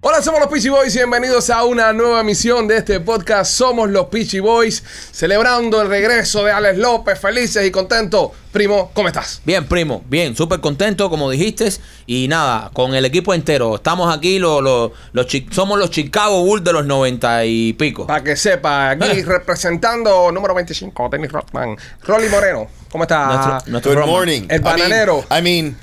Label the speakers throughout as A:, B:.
A: Hola, somos los Peachy Boys y bienvenidos a una nueva emisión de este podcast. Somos los Peachy Boys, celebrando el regreso de Alex López, felices y contentos. Primo, ¿cómo estás?
B: Bien, primo, bien, súper contento, como dijiste. Y nada, con el equipo entero. Estamos aquí, lo- lo- los chi- somos los Chicago Bulls de los 90 y pico.
A: Para que sepa, aquí representando número 25, Dennis Rodman, Rolly Moreno. ¿Cómo estás?
B: Nuestro- nuestro
C: Good
B: Roman.
C: morning.
A: El
C: I mean-
A: bananero.
C: I mean,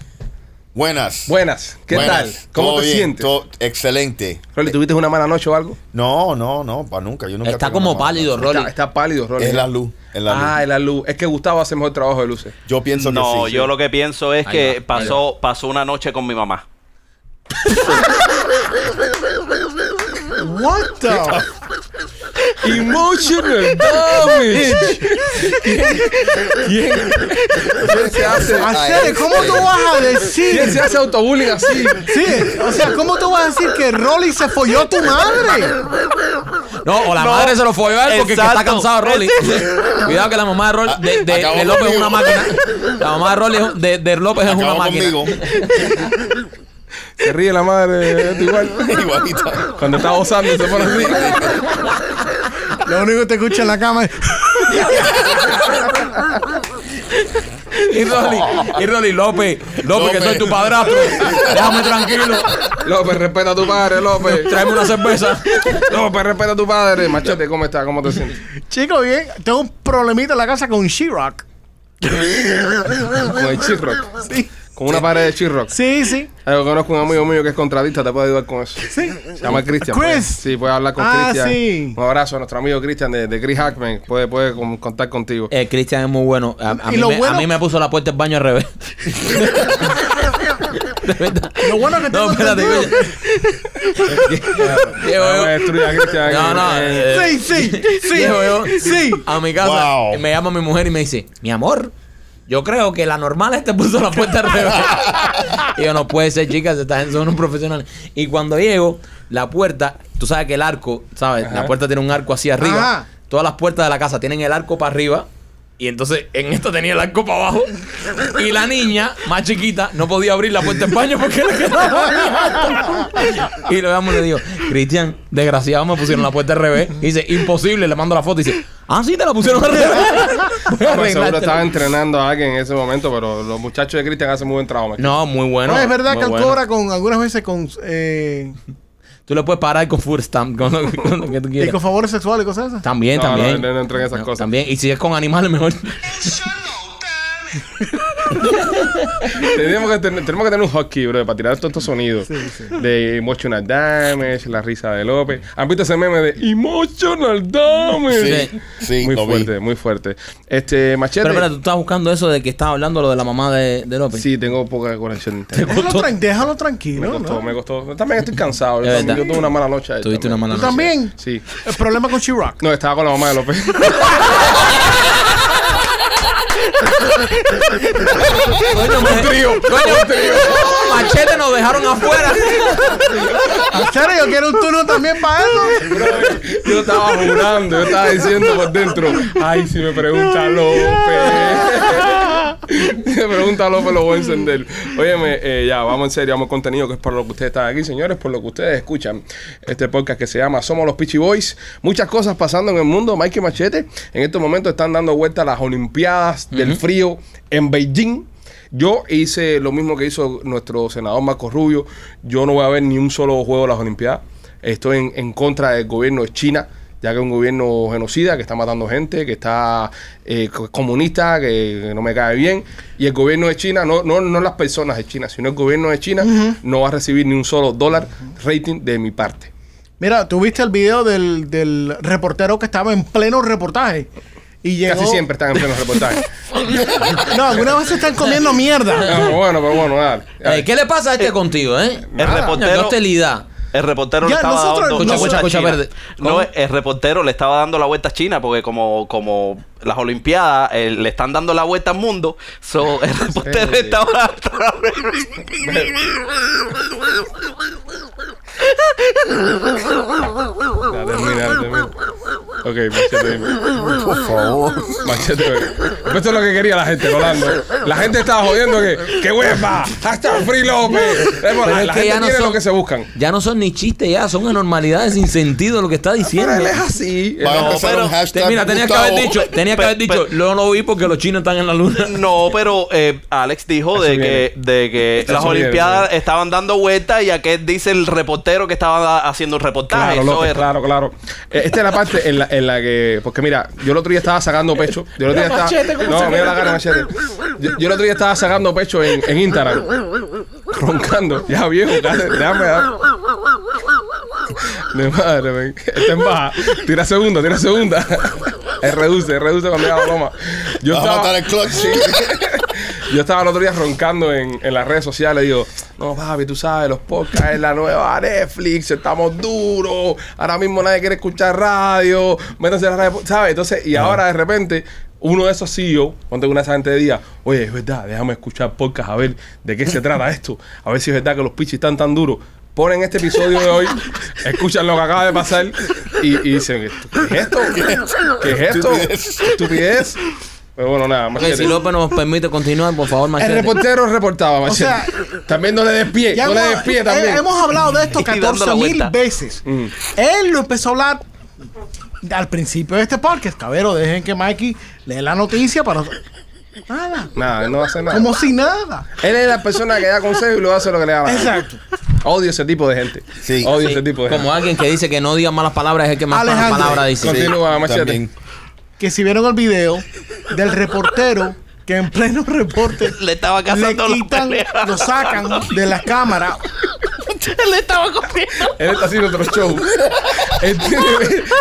C: buenas.
A: Buenas, ¿qué tal?
C: Buenas.
A: ¿Cómo
C: Todo
A: te
C: bien,
A: sientes?
C: todo excelente.
A: Rolly, ¿tuviste una mala noche o algo?
C: No, no, no, para nunca. Yo nunca
B: Está
C: tengo
B: como
C: una mala
B: pálido,
C: noche.
B: Rolly.
A: Está, está pálido, Rolly.
C: Es la luz, es la
A: ah,
C: luz.
A: es la luz. Es que Gustavo hace mejor trabajo de luces.
C: Yo pienso que sí.
D: No, yo lo que pienso es
B: Ahí va, ahí
D: que pasó, pasó una noche con mi mamá.
A: What the? Emotional damage. ¿Quién? ¿Quién se hace?
E: Hacer, ¿cómo tú vas a
A: ¿Quién
E: decir?
A: se hace autobullying así?
E: Sí, o sea, ¿cómo tú vas a decir que Rolly se folló tu madre?
B: No, o la
D: No,
B: madre se lo fue a él porque que está
D: exacto.
B: cansado Rolly. Cuidado que la mamá de, Rolly, de, de-
C: Acabó
B: de López es
C: conmigo.
B: una máquina. La mamá de Rolly es un- de, de López es una
C: Acabó
B: máquina.
C: conmigo.
A: Se ríe la madre. esto Igual.
C: Igualita.
A: Cuando está gozando se pone así.
E: Lo único que te escucha en la cama es.
B: Y Rolly, y Rolly, López, López, que
C: López.
B: soy tu padrastro. Déjame tranquilo.
A: López, respeta a tu padre, López.
B: Tráeme una cerveza.
A: López, respeta a tu padre. Machete, ¿cómo estás? ¿Cómo te sientes?
E: Chico, bien, tengo un problemita en la casa con She-Rock.
A: Con el chirrock. Con una pared de chirrock.
E: Sí, sí.
A: Eh, Yo conozco un amigo mío que es contradista, te puedo ayudar con eso. Sí. Se llama Cristian.
E: Chris.
A: puede- Sí, puedes hablar con
E: Ah,
A: Cristian.
E: sí.
A: Un abrazo a nuestro amigo Cristian de, de Chris Hackman. Puede, puede con- contar contigo.
B: Eh, Cristian es muy bueno. A, a
E: Y
B: mí
E: lo
B: me, a
E: bueno-
B: mí me puso la puerta del baño al revés. De verdad.
E: Lo bueno que
B: No,
E: tengo
B: espérate.
E: entendido-
B: coño. Llego
A: Vamos a
B: yo-
A: destruir a Cristian.
B: eh, No, no.
A: Eh,
B: eh,
E: Sí, sí, sí.
B: Llego yo
E: Sí.
B: a mi casa.
C: Wow.
B: y Me llama mi mujer y me dice, mi amor, yo creo que la normal es te puso la puerta al revés. y yo, no puede ser, chicas, estás en son unos profesionales. Y cuando llego, la puerta, tú sabes que el arco, ¿sabes? La puerta tiene un arco así arriba.
E: Ajá.
B: Todas las puertas de la casa tienen el arco para arriba. Y entonces en esta tenía el arco para abajo. Y la niña, más chiquita, no podía abrir la puerta en baño porque le quedaba abierta. Y lo vamos y le digo, Cristian, desgraciado me pusieron la puerta al revés. Y dice, imposible, le mando la foto y dice, ah, sí, te la pusieron al revés. Voy a
A: ah, pues seguro
B: arreglártela.
A: estaba entrenando a alguien en ese momento, pero los muchachos de Cristian hacen muy buen trabajo. macho.
B: No, muy bueno.
E: No, Pues, es verdad
B: muy
E: que él
B: bueno.
E: cobra con algunas veces con. Eh,
B: Tú le puedes parar con food stamp, con lo, con lo que tú
E: y
B: quieras.
E: con favores sexuales y cosas esas.
B: También,
A: No,
B: también.
A: no, no, no entren en esas cosas.
B: También. Y si es con animales, mejor.
A: Tenemos, que tener, tenemos que tener un hotkey, bro, para tirar todos estos sonidos. De Emotional Damage, la risa de López. ¿Han visto ese meme de Emotional Damage?
C: Sí, sí,
A: muy
C: lo vi.
A: fuerte, muy fuerte. Este, Machete.
B: Pero, espera, tú estabas buscando eso de que estaba hablando lo de la mamá de, de López.
A: Sí, tengo poca conexión. de internet.
E: Déjalo,
B: costó-
E: tran- déjalo
A: Me
E: tranquilo.
A: costó,
E: ¿no?
A: me costó. También estoy cansado. Yo,
B: Es
A: también-
B: verdad.
A: yo tuve una mala noche. ayer
B: Tuviste una
A: también.
B: mala
E: ¿Tú
B: noche.
E: también?
A: Sí.
E: El problema con She-Rock.
A: No, estaba con la mamá de López.
B: Coño, me- coño, Machete nos dejaron afuera.
E: ¿En serio? Yo quiero un turno también para eso.
A: yo estaba jurando, yo estaba diciendo por dentro. Ay, si me pregunta López. si me pregunta López, lo voy a encender. Óyeme, eh, ya, vamos en serio, vamos al contenido que es por lo que ustedes están aquí, señores, por lo que ustedes escuchan. Este podcast que se llama Somos los Pitchy Boys. Muchas cosas pasando en el mundo. Mikey Machete, en estos momentos están dando vuelta las Olimpiadas del Frío en Beijing. Yo hice lo mismo que hizo nuestro senador Marco Rubio. Yo no voy a ver ni un solo juego de las Olimpiadas. Estoy en, en contra del gobierno de China, ya que es un gobierno genocida, que está matando gente, que está eh, co- comunista, que, que no me cae bien. Y el gobierno de China, no, no, no las personas de China, sino el gobierno de China, no va a recibir ni un solo dólar rating de mi parte.
E: Mira, ¿tú viste el video del, del reportero que estaba en pleno reportaje? Y llegó...
A: Casi siempre están en pleno reportaje.
E: No, algunas veces están comiendo mierda.
A: Ah, pero bueno, pero bueno, dale.
B: Eh, ¿Qué le pasa a este contigo, eh?
D: El
A: Ah,
D: reportero-
B: Qué hostilidad.
D: El reportero
E: Ya,
D: le estaba
E: nosotros-
D: dando la
E: nosotros-
D: vuelta a
B: escucha,
D: China.
B: verde. ¿Cómo?
D: No, el reportero le estaba dando la vuelta a China porque como, como las Olimpiadas eh, le están dando la vuelta al mundo, so, el reportero
A: Sí.
D: estaba...
A: Ya termina, Ok, machete, dime.
C: Por favor.
A: Machete, pero esto es lo que quería la gente, Rolando. La gente estaba jodiendo que, que hueva, hashtag Free López. Es verdad,
B: Pero es
A: la
B: que
A: gente
B: ya no
A: tiene
B: son-
A: lo que se buscan.
B: Ya no son ni chistes, ya son anormalidades sin sentido lo que está diciendo.
A: así.
C: Va a
D: No,
C: empezar
D: pero
C: un hashtag.
B: Te- mira, tenía que
C: Gustavo.
B: haber dicho, tenía que
D: Pe-
B: haber dicho,
D: pe-
B: lo no vi porque los chinos están en la luna.
D: No, pero eh, Alex dijo
A: Eso
D: de
A: viene.
D: que, de que
A: Eso
D: las
A: viene,
D: Olimpiadas
A: viene.
D: estaban dando vueltas y aquel dice el reportero que estaba haciendo un reportaje.
A: Claro,
D: Eso
A: López,
D: es-
A: claro, claro. Eh, Esta es la parte en la, en la que. Porque mira, yo el otro día estaba sacando pecho. Yo el otro día estaba.
B: Machete, ¿cómo
A: no,
B: se
A: mira
B: ve?
A: la cara de machete. Yo, yo el otro día estaba sacando pecho en, en Instagram. Roncando. Ya viejo, dale, déjame dar. De madre, men. Está en baja. Tira segunda, tira segunda. Eh, reduce, reduce cuando llega la broma. Yo
C: Vas a
A: estaba,
C: matar el clutch.
A: yo estaba el otro día roncando en, en las redes sociales. Digo, no, papi, tú sabes, los podcasts es la nueva Netflix, estamos duros. Ahora mismo nadie quiere escuchar radio. Métanse a la radio, ¿sabes? Entonces, y ahora de repente, uno de esos CEO, ponte una de esas gente de día, oye, es verdad, déjame escuchar podcast a ver de qué se trata esto. A ver si es verdad que los pichis están tan duros. Ponen este episodio de hoy, escuchan lo que acaba de pasar y, y dicen, ¿qué es esto? ¿Qué es esto? Estupidez. Pero bueno, nada,
B: Ok,
A: machete.
B: si López nos permite continuar, por favor,
A: El
B: machete.
A: reportero reportaba, machete.
E: sea,
A: también no le despie,
E: Ya
A: no le
E: hemos-
A: despie
E: eh,
A: también.
E: hemos hablado de esto
D: Y dando la
E: 14 mil
D: vuelta. Mm.
E: veces. Él lo empezó a hablar al principio de este podcast. Cabero, dejen que Mikey lea la noticia para. Nada.
A: Nada, él no hace nada.
E: Como si nada.
A: Él es la persona que da consejo y luego hace lo que le da la gana.
E: Exacto.
A: Odio ese tipo de gente.
C: Sí.
A: Odio
B: Sí,
A: ese tipo eh. de
B: Como
A: gente.
B: alguien que dice que no diga malas palabras es el que más malas
E: Alejandro.
B: palabras dice.
A: Con- Continúa, Machete.
C: también.
E: Que si vieron el video del reportero que en pleno reporte
D: Le estaba cazando
E: le
D: la
E: quitan,
D: pelea.
E: lo sacan de la cámara.
D: Él estaba corriendo.
A: Él está haciendo otro show. él, tiene,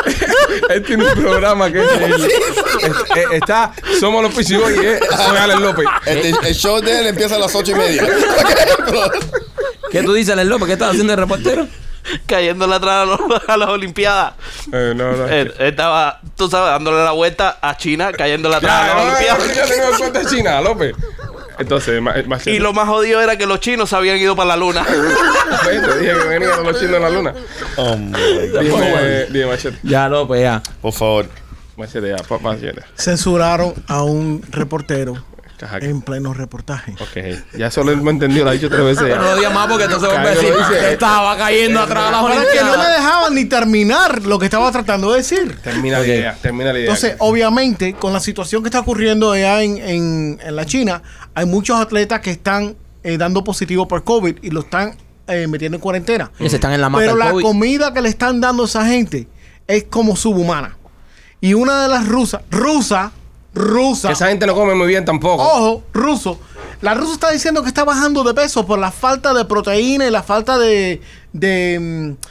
A: él tiene un programa que es de él. Es- eh, Está, somos los pichibos y es soy Alex López.
C: Este, El, el show de él empieza a las ocho y media.
B: ¿Qué tú dices, Alex López? ¿Qué estás haciendo el reportero?
D: Cayéndole atrás a, los- a las Olimpiadas.
A: Eh, no, no.
D: Él, él estaba, tú sabes, dándole la vuelta a China, cayéndole
A: Ya,
D: atrás a las
A: no, no,
D: Olimpiadas.
A: no, Ah, ya tengo en cuenta China, López. Entonces, ma- eh, machete.
D: Y lo más jodido era que los chinos habían ido para la luna.
A: Ve, Te dije que venían los chinos en la luna.
C: Oh, my God.
A: Dije, dije machete.
B: Ya, López, ya.
C: Por favor.
A: Machete, ya, pa- machete.
E: Censuraron a un reportero
A: Cajaca.
E: en pleno reportaje.
A: Ok, ya solo él me entendió, lo ha dicho tres veces.
B: Pero no
A: Ya.
B: digas más porque entonces vuelve a
A: Cayo lo
B: decir
A: dice.
B: que estaba cayendo atrás de las
E: Para que no me
B: olimpiadas.
E: dejaban ni terminar lo que estaba tratando de decir.
A: Termina
B: Ok.
A: la idea, termina la idea.
E: Entonces, obviamente, con la situación que está ocurriendo allá en, en- en la China, hay muchos atletas que están eh, dando positivo por COVID y lo están eh, metiendo en cuarentena.
B: Y se están en la mata
E: Pero
B: del
E: la
B: COVID.
E: comida que le están dando a esa gente es como subhumana. Y una de las rusas, rusa, rusa,
A: Que esa gente no come muy bien tampoco.
E: ojo, ruso, la rusa está diciendo que está bajando de peso por la falta de proteína y la falta de, de mm,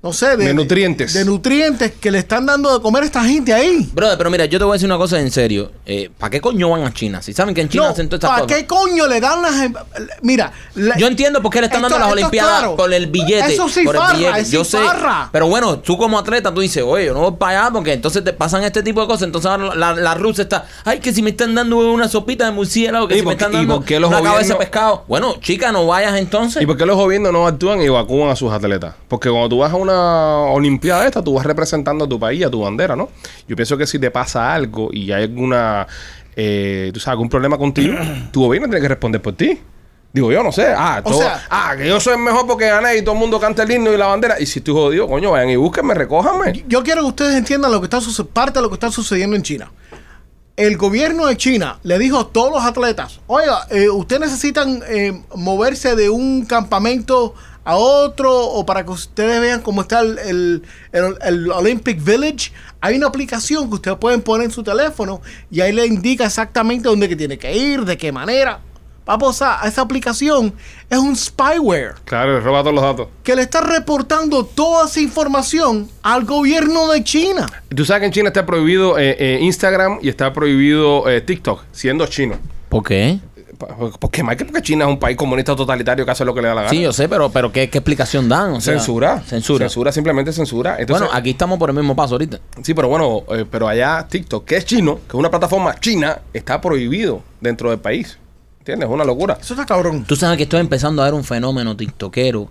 E: no sé,
A: De nutrientes.
E: de nutrientes que le están dando de comer a esta gente ahí.
B: Brother, pero mira, yo te voy a decir una cosa en serio. Eh, ¿Para qué coño van a China? Si saben que en China
E: No,
B: hacen todas estas
E: ¿Para
B: cosas.
E: qué coño le dan las... em- Mira... la-
B: Yo entiendo por qué le están
E: Esto-
B: dando las
E: esto es
B: Olimpiadas
E: claro.
B: por el billete.
E: Eso sí
B: por el
E: farra,
B: billete.
E: es
B: yo
E: sí
B: sé.
E: farra.
B: Pero bueno, tú como atleta, tú dices, oye, yo no voy para allá porque entonces te pasan este tipo de cosas. Entonces ahora la, la rusa está, ay, que si me están dando una sopita de murciélago, que
A: ¿Y
B: si
A: por
B: me
A: qué-
B: están
A: y
B: dando
A: por qué los
B: una cabeza de
A: gobiernos-
B: pescado. Bueno, chica, no vayas entonces.
A: ¿Y por qué los gobiernos no actúan y evacúan a sus atletas? Porque cuando tú vas a una Olimpiada esta, tú vas representando a tu país, a tu bandera, ¿no? Yo pienso que si te pasa algo y hay alguna, eh, tú sabes, algún problema contigo, tu gobierno tiene que responder por ti. Digo, yo no sé. Ah,
E: O
A: todo-
E: sea-
A: ah, que yo soy el mejor porque gané y todo el mundo canta el himno y la bandera. Y si estoy jodido, coño, vayan y búsquenme, recójanme.
E: Yo quiero que ustedes entiendan lo que está suce- parte de lo que está sucediendo en China. El gobierno de China le dijo a todos los atletas, oiga, eh, ustedes necesitan eh, moverse de un campamento a otro o para que ustedes vean cómo está el, el- el- el Olympic Village. Hay una aplicación que ustedes pueden poner en su teléfono y ahí le indica exactamente dónde que tiene que ir, de qué manera. Vamos a esa aplicación es un spyware
A: Claro, les roba todos los datos.
E: que le está reportando toda esa información al gobierno de China.
A: Tú sabes que en China está prohibido eh, eh, Instagram y está prohibido eh, TikTok, siendo chino.
B: ¿Por qué?
A: Pa- pues, Porque más que porque China es un país comunista totalitario que hace lo que le da la gana.
B: Sí, yo sé, pero, pero ¿qué, qué explicación dan? O sea,
A: censura.
B: Censura.
A: Censura, simplemente censura. Entonces,
B: bueno, aquí estamos por el mismo paso ahorita.
A: Sí, pero bueno, eh, pero allá TikTok, que es chino, que es una plataforma china, está prohibido dentro del país. ¿Entiendes? Es una locura.
E: Eso está cabrón.
B: Tú sabes que estoy empezando a ver un fenómeno tiktokero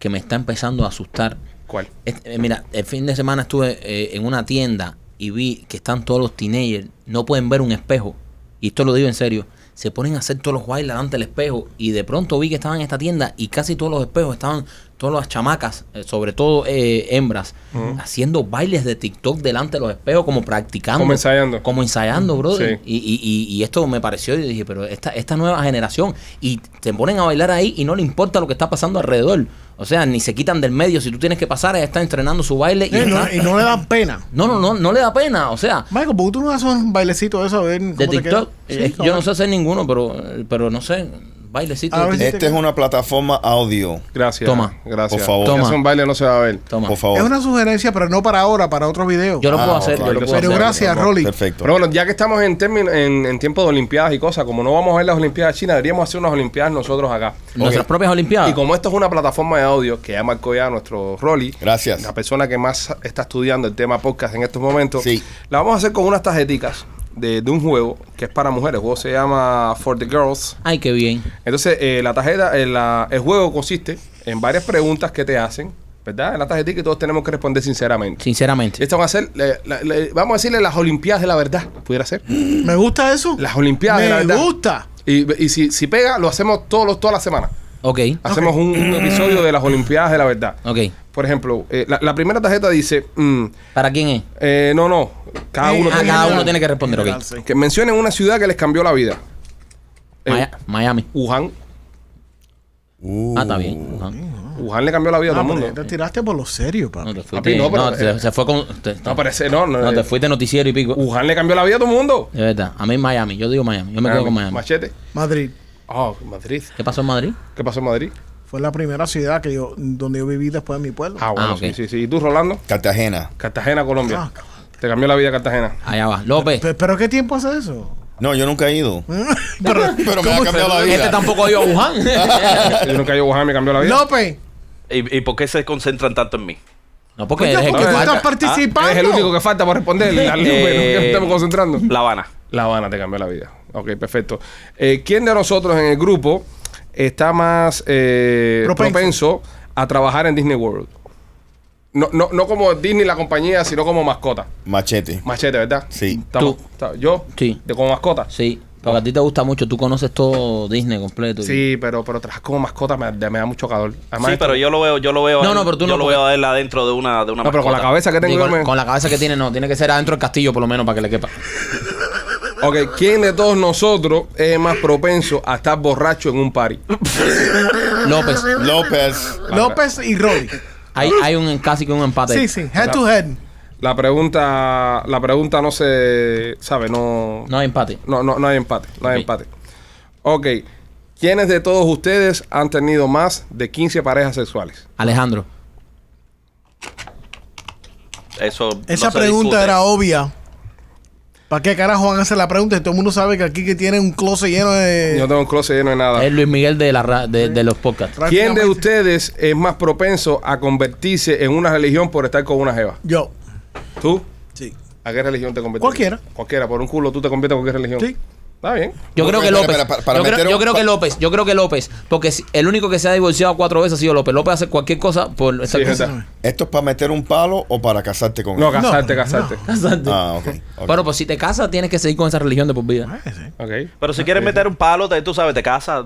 B: que me está empezando a asustar.
A: ¿Cuál?
B: Es- eh, mira, el fin de semana estuve eh, en una tienda y vi que están todos los teenagers, no pueden ver un espejo. Y esto lo digo en serio. Se ponen a hacer todos los bailes delante del espejo. Y de pronto vi que estaban en esta tienda y casi todos los espejos estaban, todas las chamacas, eh, sobre todo eh, hembras, haciendo bailes de TikTok delante de los espejos, como practicando.
A: Como ensayando.
B: Como ensayando, brother.
A: Sí.
B: Y, y- y- y esto me pareció, y dije, pero esta, esta nueva generación, y te ponen a bailar ahí y no le importa lo que está pasando alrededor. O sea, ni se quitan del medio. Si tú tienes que pasar, ella está entrenando su baile. Y
E: Eh, no-
B: está-
E: y no le dan pena.
B: no, no, no, no le da pena. O sea,
E: Michael, ¿por qué tú no haces un bailecito de eso a ver cómo
B: de
E: te queda?
B: TikTok,
E: Sí,
B: eh, yo
E: cabrón.
B: no sé hacer ninguno, pero, pero no sé, bailecito.
E: A
B: de
E: ver
B: TikTok.
C: Esta es una plataforma audio.
A: Gracias.
B: Toma.
A: Gracias.
C: Por favor.
A: Si
B: Toma.
A: hace un baile no se va a ver.
B: Toma.
C: Por favor.
E: Es una sugerencia, pero no para ahora, para otro video.
B: Yo lo
C: Ah,
B: puedo hacer,
C: ok.
B: yo lo puedo
E: pero
B: hacer.
E: gracias, Rolly.
C: Perfecto.
A: Pero bueno, ya que estamos en, términ- en, en tiempo de Olimpiadas y cosas, como no vamos a ver las Olimpiadas chinas, deberíamos hacer unas Olimpiadas nosotros acá.
B: Nuestras propias
C: Ah.
B: Olimpiadas.
A: Y como esto es una plataforma de audio que ya marcó ya nuestro Rolly,
C: Gracias.
A: la persona que más está estudiando el tema podcast en estos momentos,
C: Sí.
A: la vamos a hacer con unas tarjeticas de, de un juego que es para mujeres. El juego se llama For the Girls.
B: Ay, qué bien.
A: Entonces, eh, la tarjeta, eh, la- el juego consiste en varias preguntas que te hacen, ¿verdad? En la tarjetita que todos tenemos que responder sinceramente.
B: Sinceramente.
A: Esta van a ser, eh, la- la- vamos a decirle las Olimpiadas de la verdad, pudiera ser.
E: ¿Me gusta eso?
A: Las Olimpiadas,
E: Me
A: la verdad.
E: gusta.
A: Y, y si, si pega, lo hacemos todos los, toda la semana.
B: Ok,
A: Hacemos un, un episodio de las Olimpiadas de la verdad.
B: ok.
A: Por ejemplo, eh, la, la primera tarjeta dice, mm,
B: ¿Para quién es?
A: eh, no, no, cada uno
E: Eh,
B: Ah,
A: tiene
B: cada
E: general.
B: uno tiene que responder, ok.
E: General, sí.
A: que mencionen una ciudad que les cambió la vida. Eh,
B: Maya- Miami.
A: Wuhan,
C: Uh,
B: Ah, está bien. Ajá.
A: Wuhan le cambió la vida a
E: Ah,
A: todo el
E: pero
A: mundo.
E: te tiraste por lo serio,
B: No,
E: papá.
B: te
A: Papi,
B: fuiste.
A: no,
B: No,
A: pero- eh,
B: te- se fue con. te-
A: No, parece, no, no.
B: no,
A: eh,
B: te fuiste noticiero y pico.
A: Wuhan le cambió la vida a todo el mundo.
B: De verdad. A mí Miami. Yo digo Miami.
A: Ah,
B: Yo me quedo con Miami.
A: Machete.
E: Madrid
A: Oh, Madrid.
B: ¿Qué pasó en Madrid?
A: ¿Qué pasó en Madrid?
E: fue la primera ciudad que yo, donde yo viví después de mi pueblo.
A: Ah, bueno,
B: Ah, ok.
A: sí, sí, sí. ¿Y tú, Rolando?
C: Cartagena.
A: Cartagena, Colombia.
E: Ah, cabrón.
A: Te cambió la vida Cartagena.
B: Allá va. López.
E: Pe- ¿Pero qué tiempo hace eso?
C: No, yo nunca he ido.
E: Pero-
C: Pero me ha cambiado la vida.
B: Este tampoco ha ido a Wuhan.
A: Yo nunca he ido a Wuhan, me cambió la vida.
E: López,
D: ¿Y, y por qué se concentran tanto en mí?
B: no, porque
E: coño,
B: eres el
E: porque
B: que
E: tú
B: falta.
E: estás participando.
A: Ah, Eres el único que falta por responder. La Lube,
D: Eh,
A: ¿no? ¿Qué estamos concentrando?
D: La Habana.
A: La Habana te cambió la vida. Ok, perfecto. Eh, ¿Quién de nosotros en el grupo está más eh, propenso.
E: Propenso.
A: a trabajar en Disney World? No, no, no como Disney la compañía, sino como mascota.
C: Machete.
A: Machete, ¿verdad?
C: Sí.
A: Estamos-
B: Tú.
A: está- ¿Yo?
B: Sí.
A: ¿De como mascota?
B: Sí, porque a ti te gusta mucho. Tú conoces todo Disney completo. y-
A: Sí, pero, pero trabajar como mascota me, me da mucho calor. Además,
D: Sí, pero yo lo veo, yo lo veo.
B: No,
D: a él-
B: no, pero tú
D: yo
B: no
D: lo
B: puedes-
D: veo a él adentro de una, de una
A: No, pero con la
D: mascota.
A: cabeza que tengo
B: Sí,
A: yo
B: con,
A: me-
B: con la cabeza que tiene, no. Tiene que ser adentro del castillo, por lo menos, para que le quepa.
A: Ok, ¿quién de todos nosotros es más propenso a estar borracho en un party?
B: López,
C: López.
E: López y Rolly.
B: hay, hay un casi que un empate.
E: Sí, sí, head to head.
A: La pregunta, la pregunta no se sabe, no,
B: No hay empate.
A: no, no, no hay empate, no hay
B: Ok.
A: empate. Ok, ¿quiénes de todos ustedes han tenido más de 15 parejas sexuales?
B: Alejandro.
D: Eso. no
E: Esa
D: se
E: pregunta
D: discute.
E: era obvia. ¿Para qué carajo van a hacer la pregunta? Si todo el mundo sabe que aquí que tiene un closet lleno de.
A: Yo tengo un closet lleno de nada.
B: Es Luis Miguel de, la, ra- de, de los podcasts.
A: ¿Quién de
E: prácticamente-
A: ustedes es más propenso a convertirse en una religión por estar con una jeva?
E: Yo.
A: ¿Tú?
E: Sí.
A: ¿A qué religión te conviertes?
E: Cualquiera.
A: Cualquiera, por un culo tú te conviertes en cualquier religión.
E: Sí.
A: Está bien.
B: Yo
C: No,
B: creo que
C: espera,
B: López.
C: espera, para- para
B: yo, creo,
C: meter un-
B: yo creo que López. Yo creo que López. Porque si- el único que se ha divorciado cuatro veces ha sido López. López hace cualquier cosa por esa
A: Sí, es
B: cosa.
A: verdad.
C: ¿Esto es para meter un palo o para casarte con
A: No,
C: él?
A: casarte,
E: No,
A: casarte.
B: Exacto.
C: Ah, ok. ok.
B: Bueno, pues si te casas, tienes que seguir con esa religión de por vida.
E: Eh, sí.
A: Ok.
D: Pero si quieres meter un palo, te- tú sabes, te casas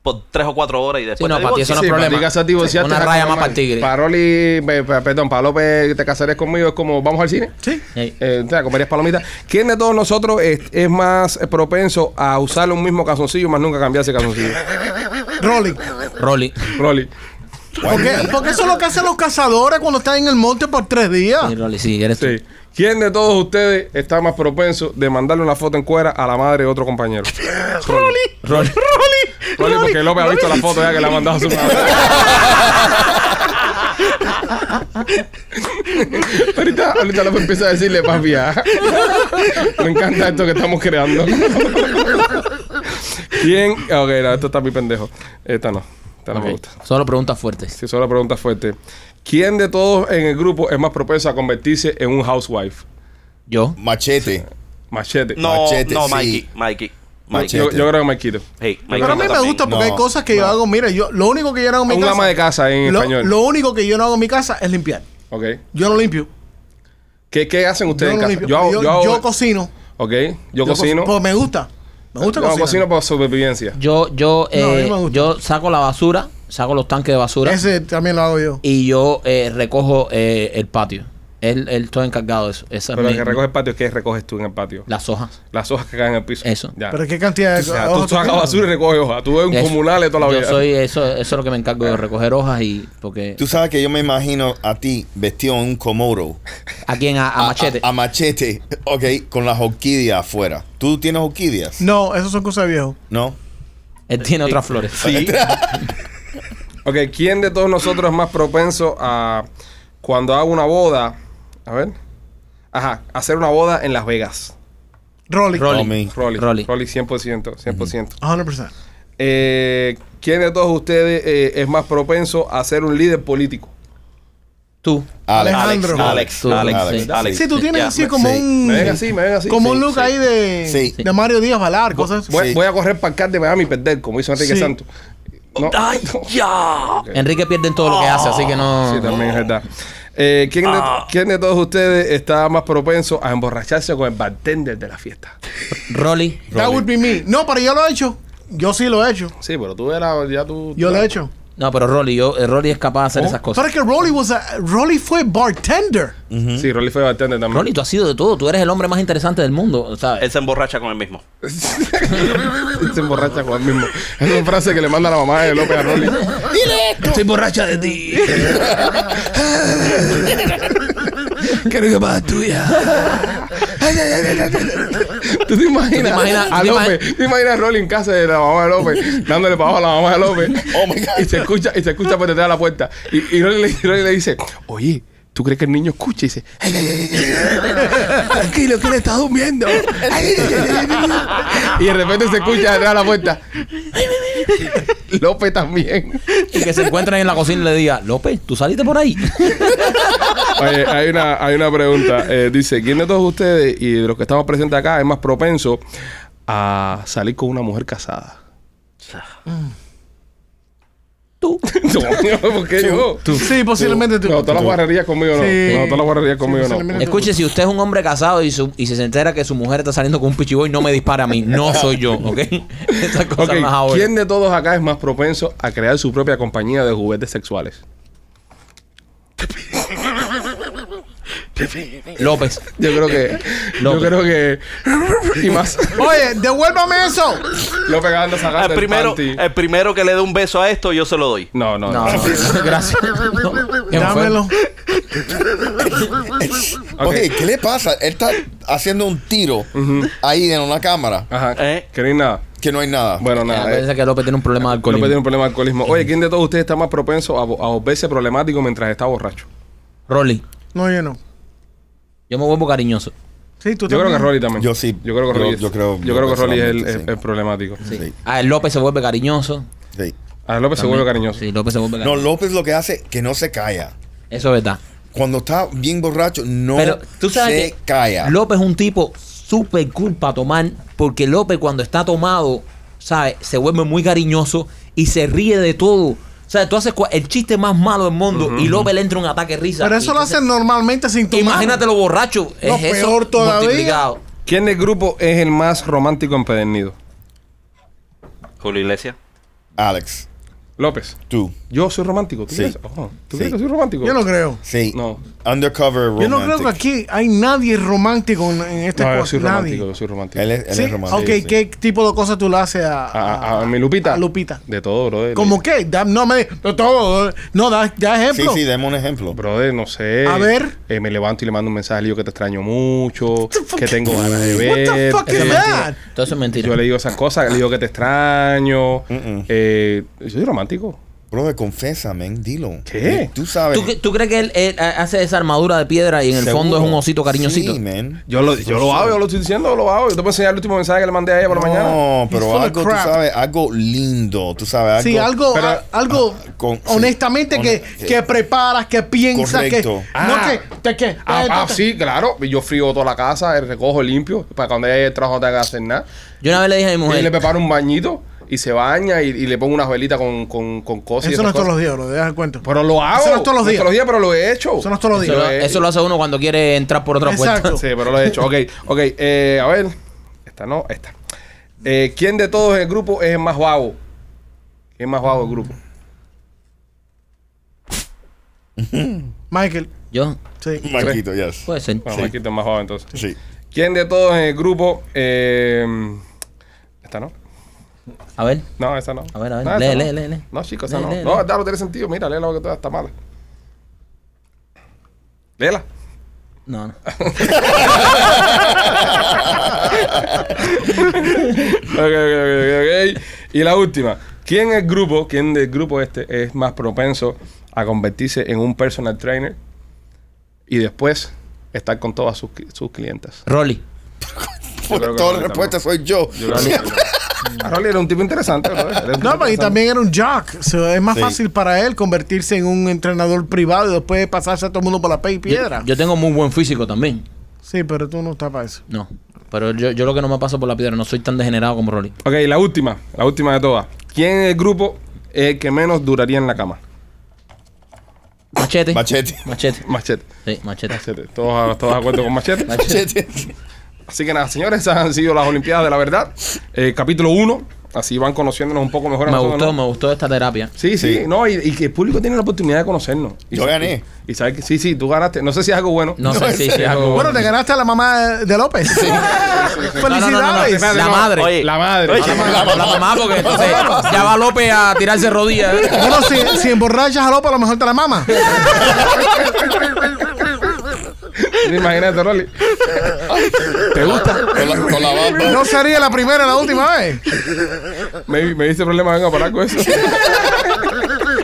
D: por tres o cuatro horas y después.
B: Sí, no,
D: te
B: para ti eso no
D: divorcias.
B: es problema.
A: para ti casarte y
B: Sí,
A: divorciarte
B: una
A: es algo
B: raya más
A: normal.
B: para el tigre.
A: Para Rolly, pe- pe- perdón, para López, te casarás conmigo, es como, vamos al cine.
E: Sí.
B: Ey.
A: Eh, te comerías palomitas. ¿Quién de todos nosotros es, es más eh, propenso a usar un mismo calzoncillo, más nunca cambiarse de calzoncillo?
E: Rolly.
A: pues.
B: Rolly.
A: Rolly.
E: Porque, porque eso es lo que hacen los cazadores cuando están en el monte por tres días.
B: Sí, Rolly, sí, eres tú.
A: Ah. Sí. ¿Quién de todos ustedes está más propenso de mandarle una foto en cuera a la madre de otro compañero? Rolly.
B: Rolly.
A: Rolly, porque López ha visto la foto ya que le ha mandado a su madre. ahorita, ahorita López empieza a decirle, papi, ah, me encanta esto que estamos creando. ¿Quién? Ok, no, esto está mi pendejo. Esta no, esta no
B: Ok.
A: me gusta.
B: Solo preguntas fuertes.
A: Si es una pregunta fuerte. ¿Quién de todos en el grupo es más propenso a convertirse en un housewife?
B: Yo.
C: Machete.
A: Machete.
D: No,
C: Machete,
D: no,
C: sí.
D: Mikey. Mikey. Mikey.
A: Yo, yo creo que Maquito.
D: Hey, Mikey
E: Pero a mí me
D: también.
E: gusta porque
C: No,
E: hay cosas que yo hago. Mira, yo lo único que yo no hago en mi
A: Un
E: casa.
A: ama de casa en
E: lo,
A: español.
E: lo único que yo no hago en mi casa es limpiar.
A: Ok.
E: Yo no limpio.
A: ¿Qué, qué hacen
E: Yo,
A: ustedes en
E: no
A: casa?
E: limpio.
A: Yo, hago-
E: Yo-
A: yo hago-
E: yo cocino.
A: Ok, yo, cocino.
E: co- Pues me gusta. Me gusta
A: no,
E: cocinar.
A: cocino por supervivencia.
B: Yo, yo,
E: No, a mí
B: eh,
E: me gusta.
B: yo saco la basura, saco los tanques de basura
E: Ese también lo hago yo.
B: y yo eh, recojo eh, el patio. Él, él todo encargado de eso. Esa es
A: Pero el
B: mi-
A: que recoge el patio, ¿qué recoges tú en el patio?
B: las hojas.
A: Las hojas que caen en el piso.
B: Eso.
A: Ya.
E: Pero qué cantidad de
A: o sea,
E: ojo,
A: tú sacas basura y recoges hojas. Tú eres un
B: Eso.
A: cumulale toda la vida.
B: Yo soy eso, eso es lo que me encargo de recoger hojas y porque
C: Tú sabes que yo me imagino a ti vestido en un Komodo.
B: aquí
C: Ah,
B: en a, a machete.
C: A, a machete, ok, con las orquídeas afuera. ¿Tú tienes orquídeas?
E: No, eso son cosas de viejo.
C: ¿No?
B: él Eh, tiene otras flores. Eh,
D: Sí.
A: Ok, ¿quién de todos nosotros es más propenso a cuando hago una boda? A ver. Ajá, hacer una boda en Las Vegas.
E: Rolly.
C: Tommy.
A: Rolly. Rolly,
B: Rolly.
A: 100%. 100%.
E: 100%.
A: Eh, ¿Quién de todos ustedes eh, es más propenso a ser un líder político?
B: Tú.
C: Alex.
D: Alex,
E: Alejandro.
D: Alex,
B: Tú,
D: Alex,
C: Alex,
D: Alex, Alex.
E: Sí, tú tienes
D: Ya,
E: así
D: me-
E: como
C: sí.
E: un.
A: Me ven así, me ven así.
E: como
A: Sí.
E: un look ahí de,
C: Sí.
E: de Mario Díaz Valar, cosas.
A: Voy,
C: Sí.
A: voy a correr para el CAR de Miami y perder, como hizo Enrique
E: Sí.
A: Santos. No,
D: ¡Ay,
A: no.
D: ya!
B: Enrique pierde en todo lo que hace, así que no.
A: Oh. Sí, también es verdad. Eh, ¿quién, de,
E: Ah.
A: quién de todos ustedes está más propenso a emborracharse con el bartender de la fiesta?
B: Rolly.
E: That would be me. No, pero yo lo he hecho. Yo sí lo he hecho.
A: Sí, pero tú eras, ya tú...
E: Yo lo he hecho.
B: No, pero Rolly, yo, eh, Rolly es capaz de hacer
A: Oh.
B: esas cosas.
E: ¿Sabes que Rolly, was a- Rolly fue bartender?
A: Sí, Rolly fue bartender también.
B: Rolly, tú has sido de todo. Tú eres el hombre más interesante del mundo, ¿sabes?
D: Él se emborracha con él mismo.
A: se emborracha con él mismo. Es una frase que le manda la mamá de López a Rolly.
B: Estoy borracha de ti. Creo que pasa tuya.
A: ¿Tú te imaginas,
B: ¿Tú te imaginas-
A: a
B: tú te
A: López? ¿Tú te imaginas a Rolly en casa de la mamá de López? Dándole para abajo a la mamá de López.
C: Oh, my God.
A: Y se escucha, y se escucha por detrás de la puerta. Y, y Rolly, le, Rolly le dice, oye, ¿tú crees que el niño escucha? Y dice, "Ay, ay, ay, ay, ay, tranquilo, que él está durmiendo. Ay, ay, ay, ay, ay, ay". Y de repente se escucha detrás de la puerta. López también.
B: Y que se encuentran en la cocina y le diga, López, tú saliste por ahí.
A: Oye, hay una, hay una pregunta. Eh, dice, ¿quién de todos ustedes y de los que estamos presentes acá es más propenso a salir con una mujer casada?
B: Tú.
A: No, ¿por qué yo?
E: Sí, posiblemente tú.
A: No, todas las guarrerías conmigo no.
E: Sí.
A: No, todas las guarrerías conmigo no.
E: posiblemente tú.
B: Escuche, si usted es un hombre casado y, su- y se entera que su mujer está saliendo con un pichiboy, no me dispara a mí. No soy yo, ¿ok? Esas cosas
A: Ok,
B: más ahora.
A: ¿quién de todos acá es más propenso a crear su propia compañía de juguetes sexuales?
B: López.
A: Yo creo que. yo
B: López.
A: creo que. Y más.
E: Oye, devuélvame eso.
A: López acabando sacando
D: El
A: el
D: primero, eh,
A: panty.
D: el primero que le dé un beso a esto, yo se lo doy.
A: No, no,
B: No,
A: no.
B: no, gracias. No, qué
E: Dámelo.
A: Ok.
C: Oye, ¿qué le pasa? Él está haciendo un tiro ahí en una cámara
A: Ajá.
D: ¿Eh?
A: ¿Queréis nada?
C: que no hay nada.
A: Bueno,
B: enfermo.
A: nada. eh.
B: Acuérdense que López tiene un problema
A: No
B: de alcoholismo.
A: tiene un problema de alcoholismo. Oye, ¿quién de todos ustedes está más propenso a, vo- a volverse problemático mientras está borracho?
B: Rolly,
E: No, yo no.
B: yo me vuelvo cariñoso.
E: Sí, tú
A: Yo creo que
E: también.
A: Rolly también.
C: Yo sí.
A: Yo creo que
C: Yo-
A: Rolly, es-
C: yo creo-
A: yo
C: yo
A: creo que Rolly es el,
C: personalmente
A: el-
C: sí.
A: el problemático. Sí.
C: Sí,
B: Ah, el López se vuelve cariñoso.
C: sí.
A: A López se vuelve cariñoso.
B: Sí, López se vuelve
C: No,
B: cariñoso.
C: López lo que hace es que no se calla.
B: Eso es verdad.
C: Cuando está bien borracho, no
B: Pero tú sabes
C: se
B: que
C: calla.
B: López es un tipo súper cool para tomar, porque López cuando está tomado, ¿sabes? Se vuelve muy cariñoso y se ríe de todo. O sea, tú haces cua- el chiste más malo del mundo y López le entra un ataque de risa.
E: Pero eso
B: Y
E: lo
B: entonces,
E: hacen normalmente sin tomar.
B: Imagínate lo borracho.
E: No,
B: es eso
E: peor todavía.
B: multiplicado.
A: ¿Quién del grupo es el más romántico empedernido?
D: Julio Iglesias.
C: Alex,
A: López.
C: tú.
A: ¿Yo soy romántico? ¿Tú
C: Sí.
A: crees? Ojo, ¿Tú
C: Sí.
A: crees que soy romántico?
E: Yo no creo.
C: Sí.
A: No.
C: Undercover romantic.
E: Yo no creo que aquí hay nadie romántico en, en este
A: No, yo
E: cuarto.
A: soy
E: Nadie.
A: romántico, yo soy romántico.
C: Él es, él
E: Sí,
C: es romántico.
E: ok,
C: sí.
E: ¿qué tipo de cosas tú le haces a,
A: A, a- a mi Lupita.
E: a Lupita.
A: De todo, brother.
E: ¿Cómo qué? Da- no me. No, todo, no da, da
C: Sí,
E: ejemplo.
C: sí, demos un ejemplo.
A: Brother, no sé.
E: A ver.
A: Eh, me levanto y le mando un mensaje, le digo que te extraño mucho,
E: fuck-
A: que tengo ganas de
E: What
A: ver.
E: the fuck is that?
B: Todo eso es mentira.
A: Yo le digo esas cosas, le digo que te extraño.
C: Mm-mm.
A: Eh, yo soy romántico.
C: Brother, confesa, men, dilo.
A: ¿Qué?
C: Tú sabes.
B: ¿Tú, cre- tú crees que él, él, ah, hace esa armadura de piedra y en el
C: Seguro.
B: fondo es un osito cariñosito?
C: Sí, man.
A: Yo lo, yo lo hago, yo lo estoy diciendo, yo lo hago. Yo te puedo enseñar el último mensaje que le mandé a ella por la mañana.
C: No,
E: He's full
C: pero
E: of
C: algo, tú
E: crap.
C: sabes, algo lindo, tú sabes, algo. ah,
E: Sí, algo,
A: Pero- ah,
E: a- algo
C: con- sí.
E: honestamente que,
C: Honest-
E: que preparas, que piensas,
C: Correcto.
E: que
A: Ah.
E: no que te que
A: Ah,
E: eh,
A: ah,
E: ta- ta-
A: sí, claro. Yo frío toda la casa, eh, recojo limpio, para cuando ella llegue del trabajo no tenga que hacer nada.
B: Yo una vez le dije a mi
A: Y le
B: mujer,
A: preparo un bañito y y se baña y, y le pongo unas velitas con, con, con cosas. y
E: Eso no
A: esas
E: es todos
A: cosas.
E: los días, lo dejas en cuento.
A: Pero lo hago.
E: Eso no es todos los días.
A: pero lo he hecho.
E: Eso no es todos los
A: Sí,
E: días.
B: Eso lo,
A: eh,
B: eso lo hace uno cuando quiere entrar por otra
E: Exacto.
B: puerta.
A: Sí, pero lo he hecho. Ok, ok. eh, a ver. Esta no, esta. Eh, ¿Quién de todos en el grupo es el más vago? ¿Quién es más vago del grupo?
E: Michael,
B: Yo,
E: sí.
C: Marquito, yes.
B: puede ser.
A: Bueno, Marquito es más vago entonces.
C: Sí.
A: ¿Quién de todos en el grupo? eh, esta no.
B: A ver.
A: No, esa no.
B: A ver, a ver,
A: No, esa
B: lee,
A: no.
B: lee, lee, lee.
A: No, chicos, esa
B: Lee,
A: no.
B: lee,
A: no,
B: lee.
A: dale, no tiene sentido. Mira, léela porque toda está mala. Léela.
B: No, no.
A: Ok, ok, ok, ok. Y la última. ¿Quién del grupo, quién del grupo este es más propenso a convertirse en un personal trainer y después estar con todas sus, qui- sus clientas?
B: Rolly.
A: Yo creo que
C: Todas
A: no,
C: las
A: no.
C: respuestas soy yo.
A: Yo creo que- Ah, Rolly era un tipo interesante. ¿no? Era un tipo
E: No, pero y
A: interesante.
E: también era un jock. So, es más
C: Sí.
E: fácil para él convertirse en un entrenador privado y después pasarse a todo el mundo por la pay y
B: Yo,
E: piedra.
B: yo tengo muy buen físico también.
E: sí, pero tú no estás para eso.
B: No. Pero yo, yo lo que no me paso por la piedra, no soy tan degenerado como Rolly.
A: Ok, la última. La última de todas. ¿Quién del grupo es el que menos duraría en la cama?
B: Machete.
C: Machete.
B: Machete.
A: Machete.
B: Sí, machete.
A: Machete. Todos, todos de acuerdo con Machete.
C: Machete.
A: Así que nada, señores, esas han sido las Olimpiadas de la Verdad. Eh, capítulo 1. Así van conociéndonos un poco mejor. a
B: Me
A: nosotros, ¿no?
B: gustó, me gustó esta terapia.
A: Sí, sí, no, y, y que el público tiene la oportunidad de conocernos. Y
C: Yo
A: sa-
C: gané.
A: Y, y saber que sí, sí, tú ganaste. No sé si es algo bueno.
B: No, sé si es algo.
E: Bueno, te ganaste a la mamá de López.
B: No, no, no, no, no,
E: Felicidades.
B: espérate, La madre.
D: Oye,
A: La madre.
D: Oye.
A: La
B: La,
A: madre.
B: la mamá, porque entonces ya va López a tirarse rodillas. ¿eh?
E: Bueno, si, si emborrachas a López, a lo mejor te la mama.
A: Imagínate, Rolly. ¿Te gusta?
C: Con la, con la barba.
E: No sería la primera, la última vez.
A: Me, me dice problema, venga a parar con eso.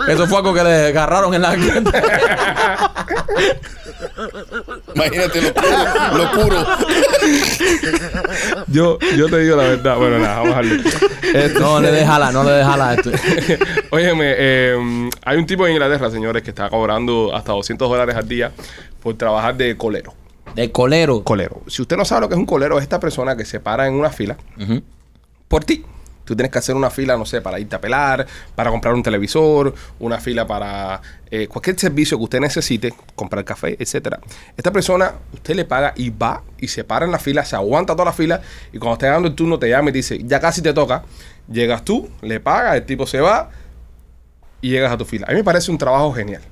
B: Eso fue algo que le agarraron en la.
C: Imagínate lo puro. Lo puro.
A: Yo, yo te digo la verdad. Bueno, nada, vamos a dejarlo. Esto-
B: No le déjala, no le déjala esto.
A: Óyeme, eh, hay un tipo en Inglaterra, señores, que está cobrando hasta 200 dólares al día por trabajar de colero.
B: De colero.
A: Colero. Si usted no sabe lo que es un colero, es esta persona que se para en una fila
B: Ujú.
A: por ti. Tú tienes que hacer una fila, no sé, para irte a pelar, para comprar un televisor, una fila para eh, cualquier servicio que usted necesite, comprar café, etcétera. Esta persona, usted le paga y va y se para en la fila, se aguanta toda la fila y cuando está llegando el turno te llama y te dice, ya casi te toca. Llegas tú, le pagas, el tipo se va y llegas a tu fila. A mí me parece un trabajo genial.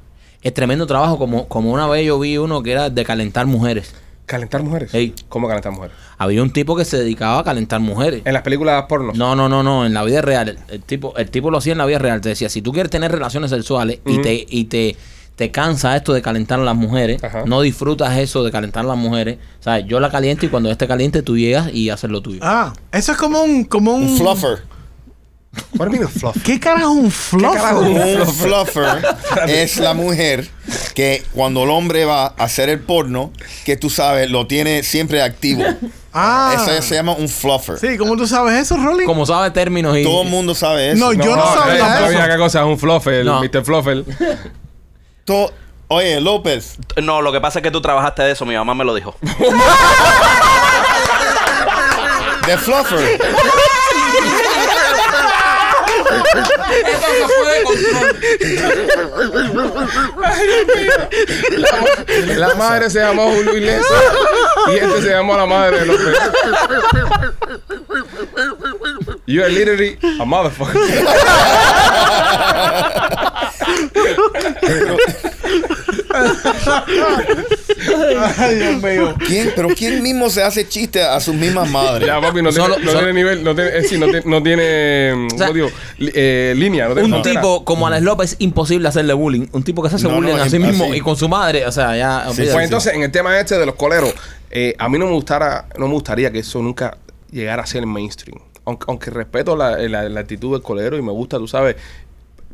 B: Es tremendo trabajo, como, como una vez yo vi uno que era de calentar mujeres.
A: Calentar mujeres.
B: Ey.
A: ¿Cómo calentar mujeres?
B: Había un tipo que se dedicaba a calentar mujeres.
A: En las películas porno.
B: No, no, no, no, en la vida real. El, el tipo, el tipo lo hacía en la vida real. Te decía, si tú quieres tener relaciones sexuales y te, y te, te cansa esto de calentar a las mujeres,
A: Ajá.
B: no disfrutas eso de calentar a las mujeres, ¿sabes? Yo la caliento y cuando esté caliente tú llegas y haces lo tuyo.
E: Ah, eso es como un. Como un,
C: Un fluffer.
A: What do you mean a fluff?
E: ¿Qué carajo es un
A: carajo?
E: fluff?
C: Un fluffer es la mujer que cuando el hombre va a hacer el porno, que tú sabes, lo tiene siempre activo.
E: Ah,
C: Eso se llama un fluffer.
E: sí, ¿cómo tú sabes eso, Rolly?
B: Como sabe términos y...
C: Todo el mundo sabe eso.
E: No, yo no sabía
A: no
E: eso.
A: qué cosa es un fluffer,
B: No.
A: Mr. Fluffer.
C: To- Oye, López,
D: No, lo que pasa es que tú trabajaste de eso, mi mamá me lo dijo.
C: de fluffer.
A: La madre se llamó Julio Iglesias y este se llamó la madre de López. You are literally a motherfucker.
E: Ay, Dios mío.
C: ¿Quién? Pero quién mismo se hace chiste a sus mismas madres.
A: Ya, papi, no tiene,
B: Solo-
A: no
B: solo-
A: tiene nivel, no tiene, es decir, no tiene, no tiene mm,
B: sea,
A: ¿cómo digo? Li- eh, línea. No tiene
B: Un
A: frontera.
B: tipo como Alex López, imposible hacerle bullying. Un tipo que se hace
C: No, no,
B: bullying a
C: es
B: sí mismo
C: así.
B: y con su madre. O sea, ya... olvídate.
A: Pues entonces, en el tema este de los coleros, eh, a mí no me gustara, no me gustaría que eso nunca llegara a ser mainstream. Aunque, aunque respeto la, la- la actitud del colero y me gusta, tú sabes,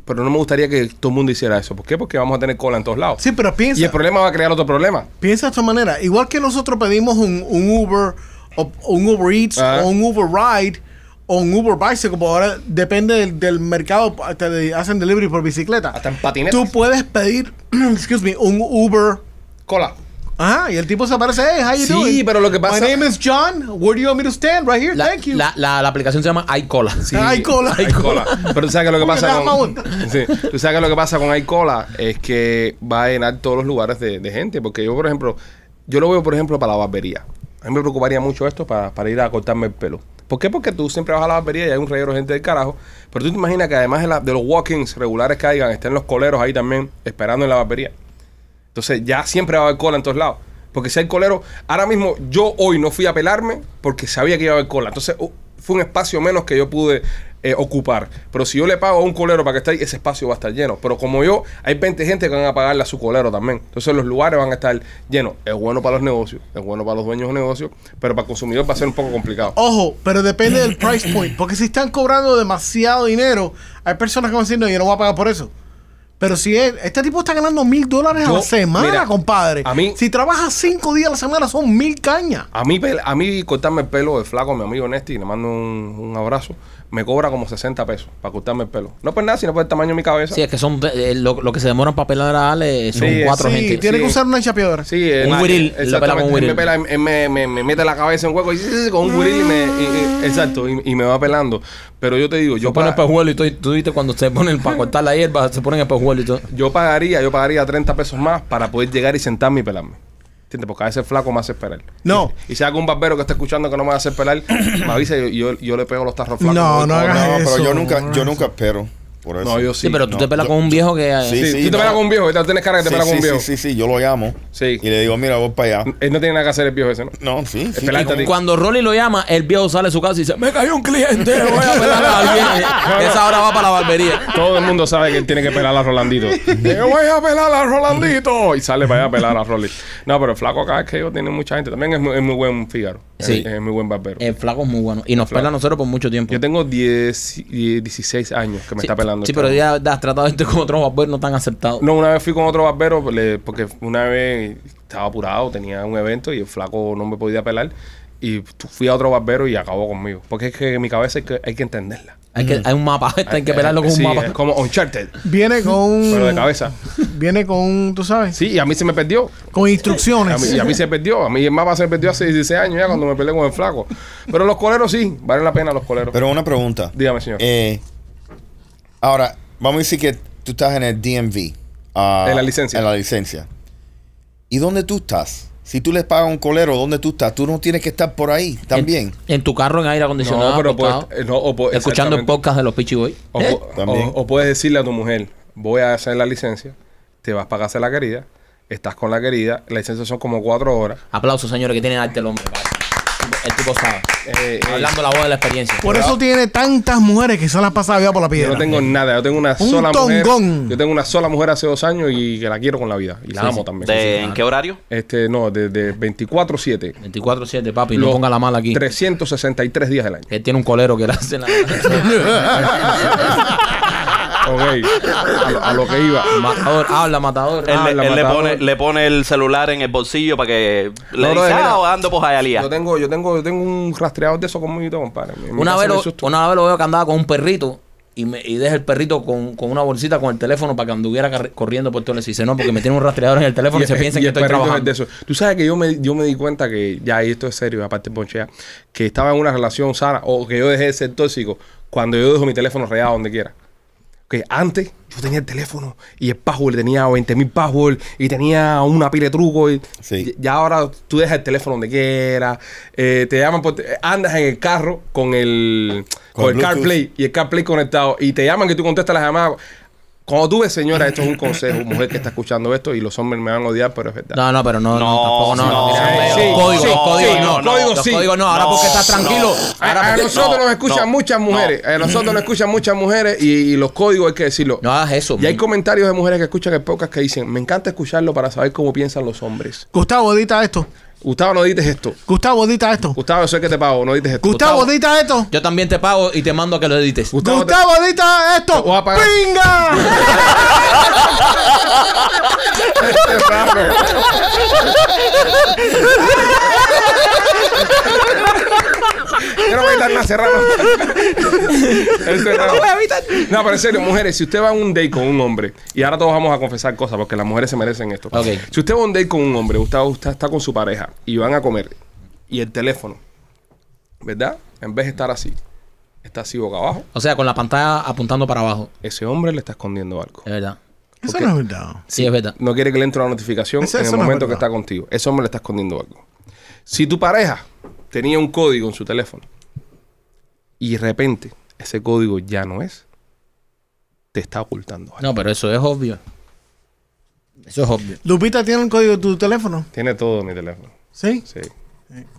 A: pero no me gustaría que todo el mundo hiciera eso. ¿Por qué? Porque vamos a tener cola en todos lados.
E: Sí, pero piensa.
A: y el problema va a crear otro problema.
E: Piensa de esta manera. Igual que nosotros pedimos un, un Uber, o un Uber Eats,
A: Ajá.
E: o un Uber Ride, o un Uber Bicycle, porque ahora depende del, del mercado, te de- hacen delivery por bicicleta.
A: Hasta en patinetas.
E: Tú puedes pedir, excuse me, un Uber
A: Cola.
E: Ajá, y el tipo se aparece, hey, how you
A: Sí,
E: doing?
A: pero lo que pasa-
E: My name is John, where do you want me to stand? Right here,
F: La,
E: thank you.
F: La, la- la aplicación se llama iCola.
E: Ay, cola.
A: Hay cola. Pero tú sabes que lo que
E: Porque
A: pasa
E: nada
A: con. Sí, tú sabes que lo que pasa con Hay cola es que va a llenar todos los lugares de, de gente. Porque yo, por ejemplo, yo lo veo, por ejemplo, para la barbería. A mí me preocuparía mucho esto para, para ir a cortarme el pelo. ¿Por qué? Porque tú siempre vas a la barbería y hay un reguero de gente del carajo. Pero tú te imaginas que además de, la- de los walk-ins regulares que hayan, estén los coleros ahí también esperando en la barbería. Entonces ya siempre va a haber cola en todos lados. Porque si hay colero, ahora mismo yo hoy no fui a pelarme porque sabía que iba a haber cola. Entonces u- fue un espacio menos que yo pude eh, ocupar. Pero si yo le pago a un colero para que esté ahí, ese espacio va a estar lleno. Pero como yo, hay 20 gente que van a pagarle a su colero también. Entonces los lugares van a estar llenos. Es bueno para los negocios, es bueno para los dueños de negocios, pero para el consumidor va a ser un poco complicado.
E: Ojo, pero depende del price point. Porque si están cobrando demasiado dinero, hay personas que van a decir, no, yo no voy a pagar por eso. Pero si es, este tipo está ganando mil dólares a
A: Yo-
E: la semana,
A: mira,
E: compadre.
A: a mí-
E: si trabaja cinco días a la semana, son mil cañas.
A: A mí, pel- a mí cortarme el pelo de flaco, mi amigo Nesti, le mando un, un abrazo, me cobra como 60 pesos para cortarme el pelo. No por nada, sino por el tamaño de mi cabeza.
B: Sí, es que son eh, lo, lo que se demoran para pelar a Ale eh, son
A: Sí,
B: cuatro
E: sí,
B: gente.
E: tiene
A: sí. eh.
E: que usar una chapeadora.
A: Sí, eh,
B: Un
A: nada,
B: wiril,
A: eh,
B: la pela con un
A: exactamente,
B: wiril.
A: Me, pela, eh, me, me- me mete la cabeza en un hueco y, sí, sí, sí, con
E: Ah.
A: un wiril y me, y- y- exacto, y, y me va pelando. Pero yo te digo, yo,
B: Yo pone el
A: pa-
B: pejuelo y tú, tú viste cuando se ponen para cortar la hierba, se ponen el pejuelo y todo.
A: yo pagaría, yo pagaría 30 pesos más para poder llegar y sentarme y pelarme. ¿Entiendes? Porque a veces el flaco me hace esperar.
E: No.
A: Y si hay algún barbero que está escuchando que no me hace esperar, me avisa y yo, yo, yo le pego los tarros flacos.
E: No, no
A: Voy-
E: hagas
C: No, pero
E: eso,
C: yo nunca,
E: no
C: yo nunca espero por eso.
A: No, yo sí.
B: Sí, pero tú
C: no,
B: te pelas
C: yo-
B: con un viejo que. eh,
A: Sí,
C: Sí,
A: tú te
C: no.
A: pelas con un viejo, ¿verdad? tienes cara que te
C: Sí,
A: pelas con
C: sí,
A: un viejo.
C: sí, sí, sí, yo lo llamo.
A: Sí.
C: Y le digo, mira, voy para allá.
A: Él no tiene nada que hacer el viejo ese, ¿no?
C: No, sí, sí.
A: Espera,
B: y Cuando Rolly lo llama, el viejo sale de su casa y dice: Me cayó un cliente, voy a pelar a alguien. Esa hora va para la barbería.
A: Todo el mundo sabe que él tiene que pelar a Rolandito. yo voy a pelar a Rolandito. Y sale para allá a pelar a Rolly. No, pero el flaco acá es que yo tiene mucha gente. También es muy, es muy buen Fígaro. Es-
B: Sí. Eh,
A: Es, muy buen barbero.
B: El flaco es muy bueno. Y nos pela a nosotros por mucho tiempo.
A: yo tengo 10, y 16 años que me
B: sí,
A: está pelando.
B: Sí,
A: este
B: pero
A: hombre.
B: ya has tratado esto con otros barberos no tan aceptados.
A: No, una vez fui con otro barbero le- porque una vez estaba apurado, tenía un evento y el flaco no me podía pelar. Y tu- fui a otro barbero y acabó conmigo. Porque es que mi cabeza hay que, hay que entenderla.
B: Hay, que, hay un mapa, hay que pelarlo con
A: Eh, Sí,
B: un mapa.
A: Es como Uncharted,
E: Viene con un-
A: pero de cabeza.
E: Viene con, un, tú sabes,
A: Sí, y a mí se me perdió.
E: con
A: A
E: instrucciones.
A: mí, y a mí se perdió. A mí el mapa se me perdió hace 16 años ya cuando me peleé con el flaco. Pero los coleros sí, valen la pena los coleros.
C: Pero una pregunta.
A: Dígame, señor.
C: Eh, ahora, vamos a decir que tú estás en el DMV. ah,
A: En la licencia.
C: En la licencia. ¿Y dónde tú estás? Si tú les pagas a un colero, ¿dónde tú estás? Tú no tienes que estar por ahí también.
B: En, en tu carro en aire acondicionado.
A: No, pero
B: acostado,
A: pues, eh, no, o pues,
B: escuchando el
A: exactamente.
B: podcast de los Pichi Boy.
A: O,
B: ¿Eh?
A: o-
C: También.
A: o- o puedes decirle a tu mujer, voy a hacer la licencia, te vas para casa de la querida, estás con la querida, la licencia son como cuatro horas.
B: Aplausos, señores, que tienen arte el hombre. vale. El tipo sabe.
A: Eh, eh,
B: Hablando la voz de la experiencia.
E: Por eso tiene tantas mujeres que son las pasadas vidas por la
A: yo
E: piedra.
A: no tengo nada, yo tengo una
E: Un
A: sola mujer.
E: tongón.
A: Yo tengo una sola mujer hace dos años y que la quiero con la vida. Y la
B: Sí,
A: amo
B: sí.
A: también.
D: De- ¿En qué horario?
A: Este, no, desde 24-7.
B: 24-7, papi, no
A: Los
B: ponga la mala aquí.
A: 363 días del año.
B: Que tiene un colero que le hace la.
A: Ok. A lo- a lo que iba.
B: matador, habla, matador.
D: Él,
A: Ah,
D: le,
A: la
D: él le
A: matadora.
D: pone, le pone el celular en el bolsillo para que le
A: No,
D: diga,
A: brother, mira.
D: "Ah, ando por Jayalía.
A: Yo tengo, yo tengo, yo tengo un rastreador de eso conmigo y todo, compadre. En mi
B: Una
A: casa
B: vez,
A: me
B: lo,
A: asusto.
B: una vez lo veo que andaba con un perrito y, me, y deja el perrito con, con una bolsita con el teléfono para que anduviera carri- corriendo por todo el dice, no, porque me tiene un rastreador en el teléfono y, se
A: el-
B: piensa
A: y
B: que
A: el
B: estoy
A: perrito es
B: trabajando.
A: de eso. Tú sabes que yo me, yo me di cuenta que, ya, y esto es serio, aparte ponchea, que estaba en una relación sana o que yo dejé de ser tóxico cuando yo dejo mi teléfono reado donde quiera. Que antes yo tenía el teléfono y el password tenía 20 mil passwords y tenía una pila de trucos. Y,
C: Sí.
A: y- y ahora tú dejas el teléfono donde quiera, eh, te llaman, por te- andas en el carro con el, con
C: Con
A: el
C: Bluetooth.
A: CarPlay y el CarPlay conectado y te llaman que tú contestas las llamadas. Cuando tú ves, señora, esto es un consejo, mujer que está escuchando esto y los hombres me van a odiar, pero es verdad.
B: No, no, pero no, no, tampoco, no, no,
D: no,
B: mira,
A: sí,
B: los
A: sí,
B: códigos,
A: sí,
B: los códigos
A: sí,
B: no,
A: no, códigos
B: los
A: sí.
B: códigos no, ahora
D: No,
B: porque estás
D: no.
B: tranquilo,
A: A,
B: ahora
A: a
B: porque-
A: nosotros
D: no,
A: nos escuchan
D: no,
A: muchas mujeres. A nosotros nos escuchan muchas mujeres y, y los códigos hay que decirlo.
B: no hagas eso.
A: y hay
B: man.
A: comentarios de mujeres que escuchan el podcast que dicen, me encanta escucharlo para saber cómo piensan los hombres.
E: Gustavo, edita esto.
A: Gustavo, no dices esto.
E: Gustavo, edita esto.
A: Gustavo, yo sé que te pago, no dices esto.
E: Gustavo,
B: Gustavo.
E: edita esto.
B: Yo también te pago y te mando a que lo edites.
A: Gustavo, te-
E: Gustavo, edita esto.
A: Te voy a pagar.
E: ¡Pinga!
A: yo no voy a evitar nada, cerrado. Es cerrado. No, pero en serio, mujeres, si usted va a un date con un hombre, y ahora todos vamos a confesar cosas, porque las mujeres se merecen esto.
B: Ok.
A: Si usted va a un date con un hombre, usted, usted está con su pareja y van a comer, y el teléfono, ¿verdad? En vez de estar así, está así boca abajo,
B: O sea, con la pantalla apuntando para abajo.
A: ese hombre le está escondiendo algo.
B: Es verdad.
E: Eso no es verdad.
B: Sí, es verdad.
A: No quiere que le entre una notificación
E: Eso-
A: en el
E: eso no es
A: momento que
E: verdad.
A: está contigo. Ese hombre le está escondiendo algo. Si tu pareja tenía un código en su teléfono y de repente ese código ya no es, te está ocultando algo.
B: No, pero eso es obvio. Eso es obvio.
E: Lupita tiene el código de tu teléfono.
A: Tiene todo mi teléfono.
E: ¿Sí?
A: Sí.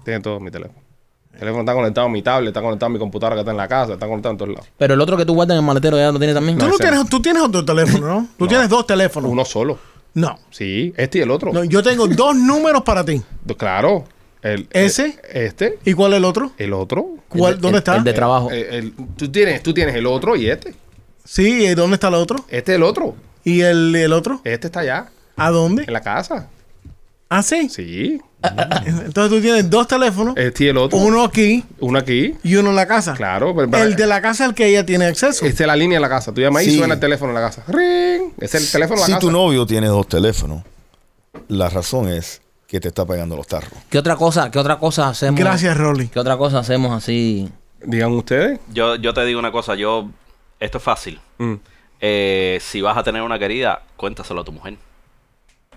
A: Tiene todo mi teléfono. El teléfono está conectado a mi tablet, está conectado a mi computadora que está en la casa, está conectado en todos lados.
B: Pero el otro que tú guardas en el maletero ya lo tiene también.
E: Tú,
A: No.
E: no
A: ese
E: tienes, tú tienes otro teléfono, ¿no? Tú tienes dos teléfonos.
A: Uno solo.
E: No.
A: Sí, este y el otro.
E: No, Yo tengo dos números para ti.
A: Claro. El,
E: ¿Ese?
A: el- este,
E: ¿Y cuál es el otro?
A: el otro.
B: El de-
E: ¿Cuál,
B: el-
E: ¿Dónde está?
B: El de trabajo.
A: El- el- tú, tienes, tú tienes el otro y este.
E: sí, ¿y ¿dónde está el otro?
A: Este es el otro.
E: ¿Y el, el otro?
A: Este está allá,
E: ¿A dónde?
A: en la casa.
E: ¿Ah, sí?
A: Sí.
E: Entonces tú tienes dos teléfonos,
A: Este y el otro. Uno,
E: uno aquí
A: aquí.
E: y uno en la casa.
A: Claro. Pero, pero-
E: El de la casa es el que ella tiene acceso.
A: Esta es la línea de la casa. Tú llamas ahí y
C: Sí.
A: suena el teléfono de la casa. ¡Ring! Ese es el teléfono de la
C: Si
A: casa.
C: tu novio tiene dos teléfonos, la razón es que te está pagando los tarros.
B: ¿Qué otra cosa, qué otra cosa hacemos?
E: Gracias, Rolly.
B: ¿Qué otra cosa hacemos así?
A: Digan ustedes.
D: Yo, yo te digo una cosa, yo. Esto es fácil.
A: Mm.
D: Eh, si vas a tener una querida, cuéntaselo a tu mujer.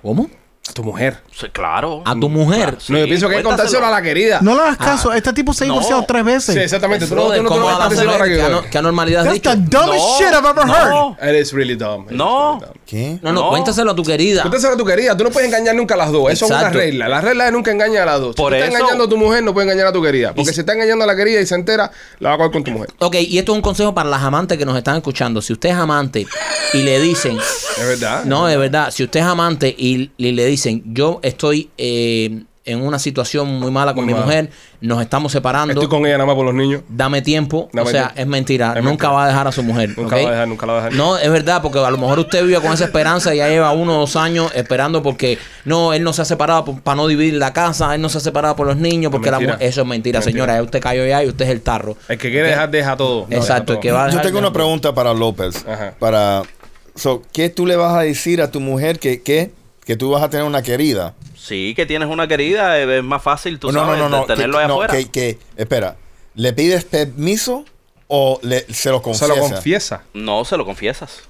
B: ¿Cómo?
A: A tu mujer.
D: Sí, claro.
B: A tu mujer.
D: Claro,
A: no, yo
D: sí,
A: pienso que hay que
D: cuéntaselo.
A: contárselo a la querida.
E: No le hagas caso. Este tipo se ha
D: no.
E: divorciado tres
A: Sí,
E: veces.
A: exactamente. Tú no, tú
B: Brother,
A: no- tú no
B: ¿cómo
A: le
B: vas a
A: estás diciendo a
B: hacer?
A: la
B: ¿Qué, ano-
A: querida.
B: qué anormalidad has
E: That's
B: dicho?
E: the dumbest
D: No,
E: shit I've ever
D: no.
E: heard.
A: It is really dumb. It is
D: No.
A: really dumb.
C: ¿Qué?
B: No, no,
D: No.
B: cuéntaselo a tu querida.
A: Cuéntaselo a tu querida. Tú no puedes engañar nunca a las dos. Eso es
B: Exacto.
A: una regla. La regla es nunca engañar a las dos.
D: Por
A: si tú
D: eso-
A: estás engañando a tu mujer, no puedes engañar a tu querida. Porque
B: Y-
A: si está engañando a la querida y se entera, la va a coger con tu mujer.
B: Ok, y esto es un consejo para las amantes que nos están escuchando. Si usted es amante y le dicen,
A: Es verdad.
B: no, de verdad, si usted es amante y, y le dicen, yo estoy eh, en una situación muy mala con
A: Muy
B: mi
A: mala.
B: mujer, nos estamos separando,
A: Estoy con ella nada más por los niños.
B: dame tiempo,
A: Dame
B: o sea,
A: tiempo.
B: es mentira,
A: Es
B: nunca
A: mentira.
B: va a dejar a su mujer.
A: Nunca la
B: ¿ok?
A: va a dejar, nunca la va a dejar.
B: No, es verdad, porque a lo mejor usted vive con esa esperanza y ya lleva uno o dos años esperando porque no, él no se ha separado para no dividir la casa, él no se ha separado por los niños, porque la
A: mentira.
B: mu- eso es mentira,
A: Mentira.
B: señora, ya usted cayó ya y usted es el tarro.
A: El que quiere dejar, deja todo. No, deja
B: Exacto, el que
A: todo.
B: va a
C: Yo
B: dejar-
C: tengo una pregunta para López.
A: Ajá.
C: Para, so, ¿Qué tú le vas a decir a tu mujer que, que, que tú vas a tener una querida?
D: Sí, que tienes una querida, eh, es más fácil, tú
C: Oh, no,
D: sabes,
C: no, no, no.
D: de tenerlo
C: que,
D: ahí
C: no,
D: afuera.
C: que- que- espera, ¿le pides permiso o le- se lo
A: Se
C: confiesa?
A: lo confiesa.
D: No, se lo confiesas.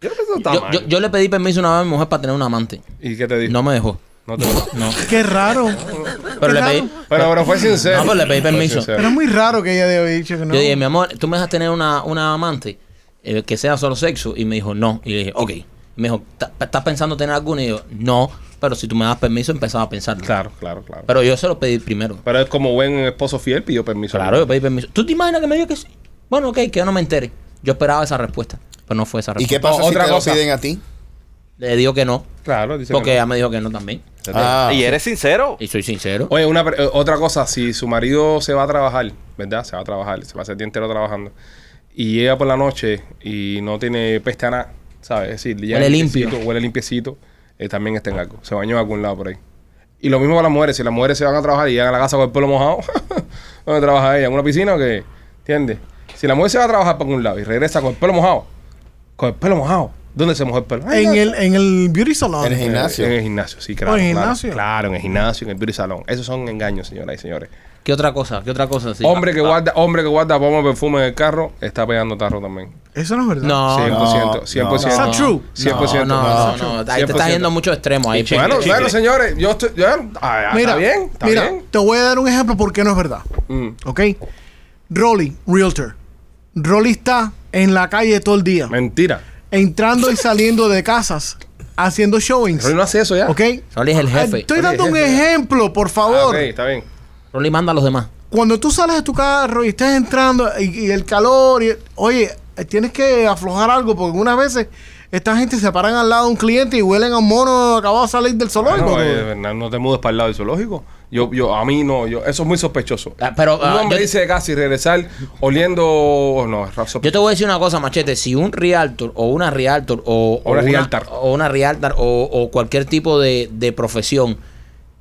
A: Yo creo que eso está
B: Yo,
A: mal.
B: yo- yo le pedí permiso una vez a mi mujer para tener un amante.
A: ¿Y qué te dijo?
B: No me dejó.
A: No te lo-
B: No.
E: Qué raro.
B: Pero le
C: Pues
E: Qué
B: pedí.
E: raro.
A: Pero, pero fue sincero.
B: No, pero le pedí
A: Fue
B: permiso.
A: sincero.
E: Pero es muy raro que ella haya dicho que no.
B: Yo dije, mi amor, ¿tú me dejas tener una, una amante eh, que sea solo sexo? Y me dijo, no. Y le dije, ok. Y me dijo, "¿Ta- ¿estás pensando tener alguna? Y yo, no. Pero si tú me das permiso, empezaba a pensarlo.
A: Claro, claro, claro. Pero,
B: Pero yo se lo pedí primero.
A: es como buen esposo fiel pidió permiso.
B: Claro, yo pedí permiso. ¿Tú te imaginas que me diga que sí? Bueno, ok, que yo no me entere. Yo esperaba esa respuesta, pero no fue esa
C: ¿Y
B: respuesta.
C: qué pasa
A: No,
C: si
A: otra
C: te lo
A: cosa.
C: piden a ti?
B: Le digo que no,
A: Claro, dice que
B: porque
A: no.
B: ella me dijo que no también.
C: Ah,
D: y eres sincero.
B: Y soy sincero.
A: Oye, una, pre- eh, otra cosa, si su marido se va a trabajar, ¿verdad? Se va a trabajar, se pasa el día entero trabajando, y llega por la noche y no tiene peste a nada, ¿sabes? Es decir, ya
B: Huele
A: limpiecito,
B: limpio.
A: Huele limpiecito, eh, también está en algo. Se bañó en algún lado por ahí. Y lo mismo con las mujeres, si las mujeres se van a trabajar y llegan a la casa con el pelo mojado, ¿dónde trabaja ella? ¿En una piscina o qué? ¿Entiendes? Si la mujer se va a trabajar por un lado y regresa con el pelo mojado, con el pelo mojado, ¿dónde se mojó el pelo? Ay,
E: en,
A: ya-
E: el, en el beauty salon.
C: En el gimnasio.
A: Eh, En el gimnasio, sí, claro.
E: ¿en el
A: claro,
E: gimnasio?
A: Claro, en el gimnasio, en el beauty salón. Esos son engaños, señoras y señores.
B: ¿Qué otra cosa? ¿Qué otra cosa? Sí. Ah,
A: hombre que guarda, hombre que guarda pomo de perfume en el carro, está pegando tarro también.
E: Eso no es verdad.
B: Ah,
A: 100%,
B: No.
A: 100%.
E: It's not true.
A: 100%.
B: No, no, no, Ahí te estás
A: 100%.
B: yendo a muchos extremos ahí. pues.
A: Bueno,
D: Chicle.
A: bueno, señores, yo estoy yo, ah, ya,
E: Mira,
A: está bien, está
E: mira,
A: bien.
E: te voy a dar un ejemplo porque no es verdad.
A: Mm,
E: ¿Ok? Rolly, realtor. Rolly está en la calle todo el día,
A: mentira.
E: entrando y saliendo de casas, haciendo showings.
A: Rolly no hace eso ya.
E: ¿Ok? Ah,
B: Rolly es el jefe.
E: Estoy
A: Rolly
E: dando
A: es
E: un
A: jefe.
E: ejemplo, por
A: Ah,
E: favor.
A: ok, está bien.
B: Rolly manda a los demás.
E: Cuando tú sales de tu carro y estás entrando y, y el calor, y- oye, tienes que aflojar algo porque unas veces esta gente se paran al lado de un cliente y huelen a un mono acabado de salir del
A: Ah,
E: zoológico.
A: no,
E: brother.
A: eh, Bernal, no te mudes para el lado del zoológico. Yo, yo, a mí no, yo, eso es muy sospechoso.
B: Ah, pero,
A: un
B: ah,
A: hombre
B: yo-
A: dice casi regresar oliendo, oh, no, es sospechoso.
B: Yo te voy a decir una cosa, machete. Si un realtor o una realtor o,
A: O
B: o
A: una
B: una
A: realtar.
B: o una realtor o, o cualquier tipo de, de profesión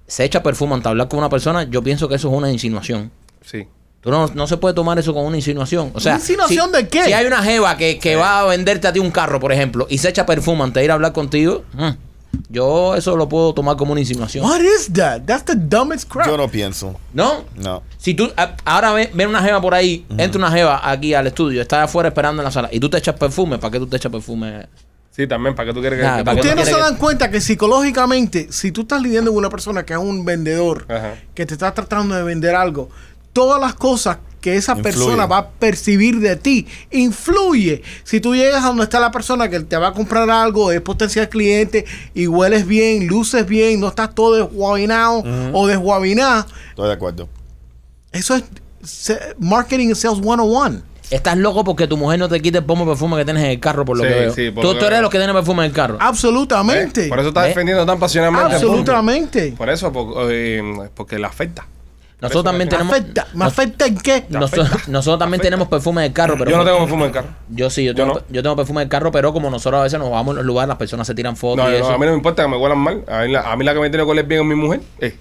B: se echa perfume antes de hablar con una persona, yo pienso que eso es una insinuación.
A: Sí.
B: Tú no, no se puede tomar eso con una insinuación. O sea,
E: ¿Una insinuación
B: si-
E: de qué?
B: Si hay una jeva que, que va a venderte a ti un carro, por ejemplo, y se echa perfume antes de ir a hablar contigo, mm, yo eso lo puedo tomar como una insinuación.
E: What is that? That's the dumbest crap.
C: Yo no pienso.
B: ¿No?
C: No.
B: Si tú a- ahora ve- ven, una jeva por ahí, entra una jeva aquí al estudio, está afuera esperando en la sala y tú te echas perfume, ¿para qué tú te echas perfume?
A: Sí, también, ¿para qué tú quieres que.?
B: Nada,
A: que-
B: ¿para qué?
E: Ustedes no
B: quiere
E: se
B: que-
E: dan cuenta que psicológicamente, si tú estás lidiando con una persona que es un vendedor,
A: Ajá.
E: que te está tratando de vender algo, todas las cosas que esa
C: Influyen.
E: persona va a percibir de ti influye. Si tú llegas a donde está la persona que te va a comprar algo, es potencial cliente y hueles bien, luces bien, no estás todo desguabinado o desguabinado,
C: Estoy de acuerdo.
E: eso es se- marketing and sales 101.
B: Estás loco porque tu mujer no te quite el pomo de perfume que tienes en el carro, por lo
A: Sí,
B: que veo.
A: sí, por
B: tú,
A: lo
B: tú
A: que
B: eres
A: veo. Ah,
B: los que tienen perfume en el carro.
E: Absolutamente.
A: ¿Eh? Por eso estás
B: ¿Eh?
A: defendiendo tan pasionalmente. al público.
E: Absolutamente.
A: Por eso, por- eh, porque le afecta.
B: Nosotros
A: Por eso
B: también
A: me-
E: ¿Me
B: tenemos.
E: afecta? ¿Me
B: nos-
E: afecta en qué?
B: Nosotros,
A: afecta.
B: nosotros también
A: Afecta.
B: tenemos perfume del carro, pero
A: Yo no tengo perfume en carro.
B: yo sí, yo
A: Yo
B: tengo,
A: no.
B: yo tengo perfume del carro, pero como nosotros a veces nos vamos a los lugares, las personas se tiran fotos
A: No,
B: y
A: yo
B: eso.
A: no, a mí no me importa que me huelan mal. A mí la, a mí la que me tiene que oler bien es mi mujer. Eh,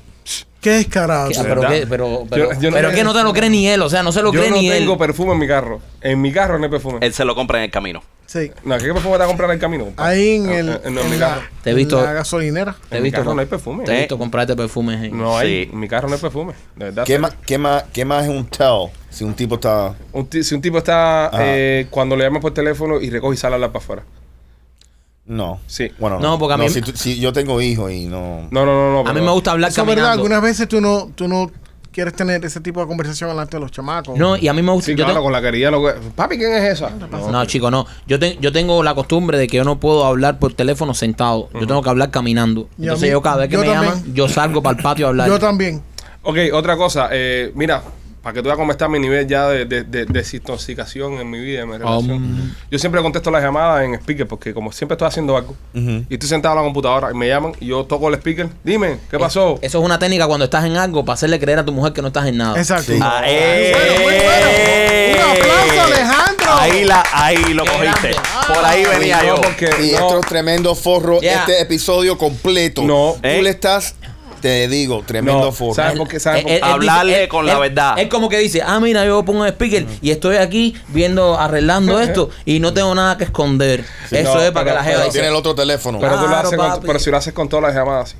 E: Qué descarado.
B: Que-
E: tú
B: ah,
E: eres.
B: pero
A: ¿verdad?
B: que, pero, pero,
A: Yo- yo no
B: pero
A: tengo-
B: que no te lo cree ni él, o sea, no se lo
A: yo
B: cree
A: no
B: ni él.
A: tengo perfume en mi carro. En mi carro no hay perfume.
D: Él se lo compra en el camino.
E: Sí.
A: No, ¿qué perfume te vas a comprar en el camino? compadre?
E: Ahí en
A: Ah,
E: el.
A: eh, no, en
E: en
A: mi
E: la,
A: carro.
B: Te he visto-
E: en la gasolinera.
B: Te he
A: En mi
B: visto
A: carro
B: con-
A: no hay perfume.
B: Te he
D: Eh.
B: visto comprarte perfumes. eh.
A: No hay.
D: Sí.
A: En mi carro no hay perfume. De verdad.
C: ¿Qué más, qué, más, ¿Qué más es un tell si un tipo está...
A: Un ti- si un tipo está
C: Ajá.
A: eh, cuando le llaman por teléfono y recoge y sale a hablar para afuera.
C: No.
A: Sí.
C: Bueno,
B: No, porque a mí-
C: si, tú- si yo tengo hijos y no...
A: No, no, no, no.
B: A mí
A: pero-
B: me gusta hablar
E: Eso es verdad.
B: caminando.
E: Algunas veces tú no, tú no quieres tener ese tipo de conversación delante de los chamacos.
B: No, y a mí me gusta.
A: Sí,
B: yo
A: claro,
B: tengo-
A: con la querida. no- Papi, ¿quién es esa? No.
B: No, chico, no. Yo, te- yo tengo la costumbre de que yo no puedo hablar por teléfono sentado. Yo tengo que hablar caminando.
E: Y a
B: Entonces
E: mí-
B: yo cada vez que
E: yo
B: me
E: también.
B: llaman, yo salgo para el patio a hablar.
E: Yo también.
A: Ok, otra cosa. eh, mira, para que tú veas cómo está mi nivel ya de, de, de- desintoxicación en mi vida, en mi relación. Yo siempre contesto las llamadas en speaker porque como siempre estoy haciendo algo y estoy sentado a la computadora y me llaman y yo toco el speaker. Dime,
B: Eh,
A: ¿qué pasó?
B: Eso es una técnica cuando estás en algo para hacerle creer a tu mujer que no estás en nada.
E: Exacto.
C: Sí.
D: Ah, eh.
E: Bueno, muy
B: eh,
E: bueno. Un aplauso, Alejandro.
D: Ahí, la, ahí lo
B: Qué
D: cogiste.
B: grande.
D: Por ahí venía yo.
A: porque
C: Y
A: no,
C: esto es tremendo forro,
B: Yeah.
C: este episodio completo.
A: No.
C: Tú
D: Eh.
C: le estás, te digo, tremendo
A: No,
C: forro.
A: ¿sabes? porque,
B: Eh,
A: ¿sabes? porque-
D: Hablarle con la
B: él-
D: verdad.
B: Él como que dice, ah, mira, yo pongo el speaker y estoy aquí viendo, arreglando esto y no tengo nada que esconder. Eso
A: Eh, no, pero-
B: es para que la
A: pero
B: jeva
C: Tiene
B: dice
C: el otro teléfono.
D: Ah,
A: Pero, tú lo
B: Claro,
A: haces con-
B: papi.
A: pero si lo haces con todas las llamadas, sí.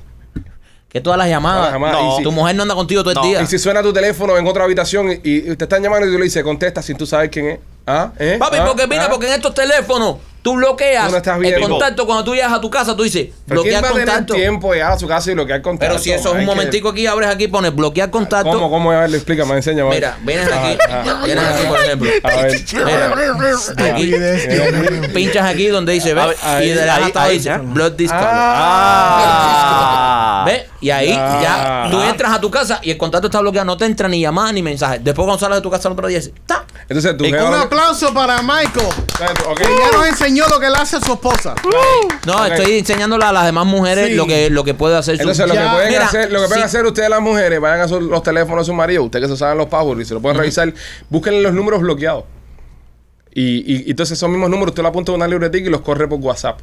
B: que todas las llamadas,
A: Todas las llamadas,
D: No.
A: y si-
B: tu mujer no anda contigo todo el
D: No,
B: día.
A: Y si suena tu teléfono en otra habitación y, y te están llamando y tú le dices, contesta sin tú sabes quién es. ¿Ah? ¿Eh?
B: Papi,
A: ¿Ah?
B: porque mira,
A: ¿Ah?
B: porque en estos teléfonos tú bloqueas
A: Tú no estás
B: el
A: viendo.
B: contacto cuando tú llegas a tu casa, tú dices
A: ¿Pero quién
B: bloquear
A: va a tener
B: contacto.
A: tiempo de llegar a su casa y bloquear contacto?
B: Pero si eso
A: man?
B: es un
A: que-
B: momentico aquí, abres aquí, pones bloquear contacto.
A: ¿Cómo? ¿Cómo? A ver, explícame, enséñame.
B: Mira, vienes
A: Ajá,
B: aquí,
A: ajá.
B: vienes aquí, por ejemplo.
A: A ver.
B: Mira, aquí, pinchas aquí donde dice, ¿ves?
D: A ver, ahí,
B: y de la
D: ahí,
B: hasta
D: ahí,
B: dice,
D: ya.
B: block this
D: Ah.
B: ¿Ves? Y ahí
A: Ah.
B: ya tú entras a tu casa y el contacto está bloqueado, no te entra ni llamada ni mensaje. Después cuando sales de tu casa el otro día dices, ¡ta!
A: Entonces tú...
E: Un aplauso para Michael.
A: Ok.
E: Que ya nos enseñó lo que le hace a su esposa.
B: No,
A: Ok.
B: estoy enseñándole a las demás mujeres
E: Sí.
B: lo que lo que puede hacer su
A: Entonces lo que
E: Ya,
A: pueden
B: Mira,
A: hacer, lo que pueden
B: si-
A: hacer ustedes las mujeres, vayan a su- los teléfonos de su marido, ustedes que se saben los passwords y se lo pueden revisar, busquen los números bloqueados. Y, y- y entonces esos mismos números usted lo apunta en una libretica y los corre por WhatsApp.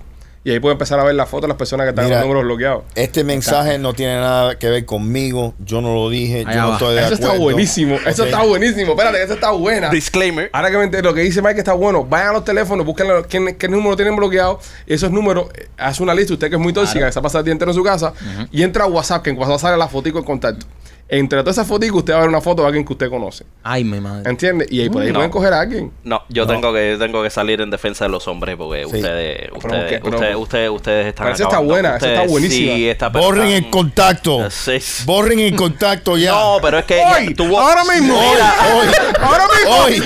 A: Y ahí puede empezar a ver la foto de las personas que están
C: Mira.
A: con los números bloqueados.
C: Este mensaje no tiene nada que ver conmigo. Yo no lo dije.
B: Ahí
C: yo
B: va.
C: no estoy de
A: Eso
C: acuerdo.
A: está buenísimo. Eso
C: Ok.
A: está buenísimo. Espérate, eso está buena.
D: Disclaimer.
A: Ahora que me enteré, lo que dice Mike está bueno. Vayan a los teléfonos, busquen los- quién- qué número tienen bloqueado. Esos números, eh, hace una lista. Usted que es muy tóxica, que se ha pasado el día entero en su casa. Y entra a WhatsApp, que en WhatsApp sale la fotico en contacto. Entre todas esas fotos usted va a ver una foto de alguien que usted conoce.
B: Ay, mi madre.
A: ¿Entiende? Y ahí por ahí
D: No.
A: pueden coger a alguien.
D: No, yo tengo que yo tengo que salir en defensa de los hombres porque ustedes, ustedes,
A: ¿qué? Pero-
D: ustedes, ustedes, ustedes están.
A: Pero esa está
D: acabando.
A: buena, esa está
D: Ustedes
A: buenísima.
D: sí, esta
C: Borren
D: persona-
C: el contacto.
D: Sí, sí.
C: Borren el contacto ya.
D: No, pero es que
C: Hoy,
D: tuvo-
C: ahora mismo.
D: Mira,
C: Hoy,
A: Ahora mismo.
C: hoy,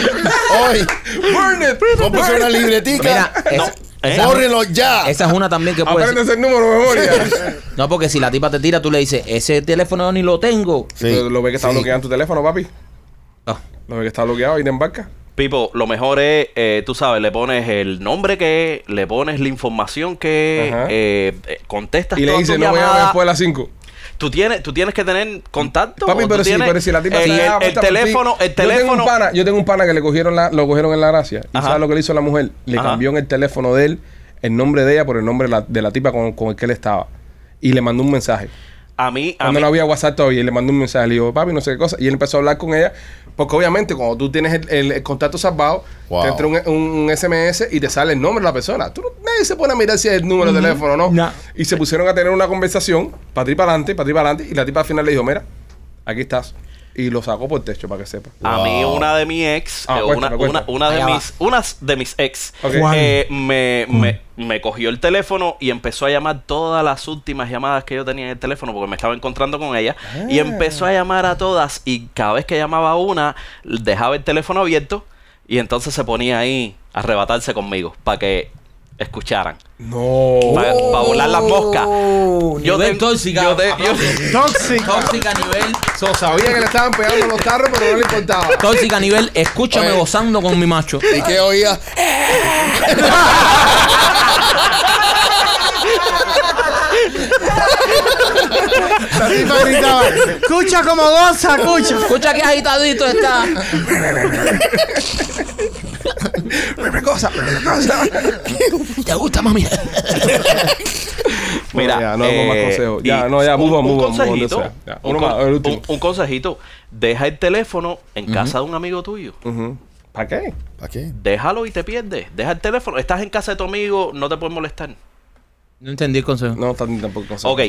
C: hoy.
A: ¡Burn it!
C: Compres una libretica.
B: Mira, esa- esa-
C: Bórrenlo ya.
B: Esa es una también que puede ser.
A: Apréndese el número de memoria.
B: No, porque si la tipa te tira, tú le dices, ese teléfono ni lo tengo.
C: Sí,
A: Pero Lo ve que está
C: sí.
A: bloqueado en tu teléfono, papi.
B: Ah,
A: Lo ve que está bloqueado y te embarca.
D: Pipo, lo mejor es, eh, tú sabes, le pones el nombre que es, le pones la información que
A: Ajá.
D: es, eh, eh, contestas
A: Y le
D: todas
A: dice,
D: tus
A: no voy a
D: llamadas.
A: después de las 5.
D: Tú tienes, tú tienes que tener contacto.
A: Papi,
D: o tú
A: pero si,
D: tienes-
A: pero si la tipa
D: eh,
A: se da
D: el- el,
A: vuelta por ti.
D: teléfono, el
A: Yo tengo
D: teléfono.
A: un pana, yo tengo un pana que le cogieron la, lo cogieron en la gracia. ¿Y
D: Ajá.
A: sabes lo que le hizo la mujer? Le
D: Ajá.
A: cambió en el teléfono de él el nombre de ella por el nombre de la, de la tipa con, con el que él estaba. Y le mandó un mensaje.
D: a mí, a
A: Cuando
D: mí-
A: la vi a WhatsApp todavía y le mandó un mensaje, le digo, papi, no sé qué cosa. Y él empezó a hablar con ella, porque obviamente cuando tú tienes el, el- el contacto salvado,
C: Wow.
A: te entra un, un- un SMS y te sale el nombre de la persona. Tú, no- nadie se pone a mirar si es el número de teléfono o no.
F: No.
A: Y se pusieron a tener una conversación, para ti para adelante, para ti para adelante. Y la tipa al final le dijo, mira, aquí estás. Y lo sacó por el techo, para que sepa.
D: A mí
C: Wow.
D: una de mi ex,
A: Ah,
D: eh,
A: cuéntame,
D: una,
A: cuéntame.
D: una- una de
B: Allá va.
D: mis, unas de mis ex,
A: Ok.
F: ¿Cuál?
D: eh, me, me- me cogió el teléfono y empezó a llamar todas las últimas llamadas que yo tenía en el teléfono porque me estaba encontrando con ella
A: Ah.
D: y empezó a llamar a todas y cada vez que llamaba a una dejaba el teléfono abierto y entonces se ponía ahí a arrebatarse conmigo para que escucharan,
A: No.
D: para volar las moscas. Yo
B: Oh, nivel
D: ten-
B: tóxica.
D: yo te- yo-
E: Tóxica.
B: Tóxica a nivel.
A: So, sabía que le estaban pegando los tarros, pero no le importaba.
B: Tóxica a nivel. Escúchame
C: Oye.
B: gozando con mi macho.
C: ¿Y qué oía?
E: La tipa gritaba, Escucha como goza, escucha.
B: Escucha que agitadito está.
A: cosa, cosa.
B: ¿Te gusta, mami?
D: Mira,
A: Mira, no damos más
D: eh,
A: consejos. Ya,
D: y
A: no, ya, move on,
D: un, un
A: move on, move on,
D: consejito,
A: donde sea. Ya,
D: un
A: uno
D: con-
A: más, el último.
D: un- un consejito. Deja el teléfono en casa de un amigo tuyo.
A: Ujú. ¿Para qué?
C: ¿Para qué?
D: Déjalo y te pierdes. Deja el teléfono. Estás en casa de tu amigo, no te puedes molestar.
B: No entendí el consejo.
A: No, tan- tampoco consejo.
D: Ok,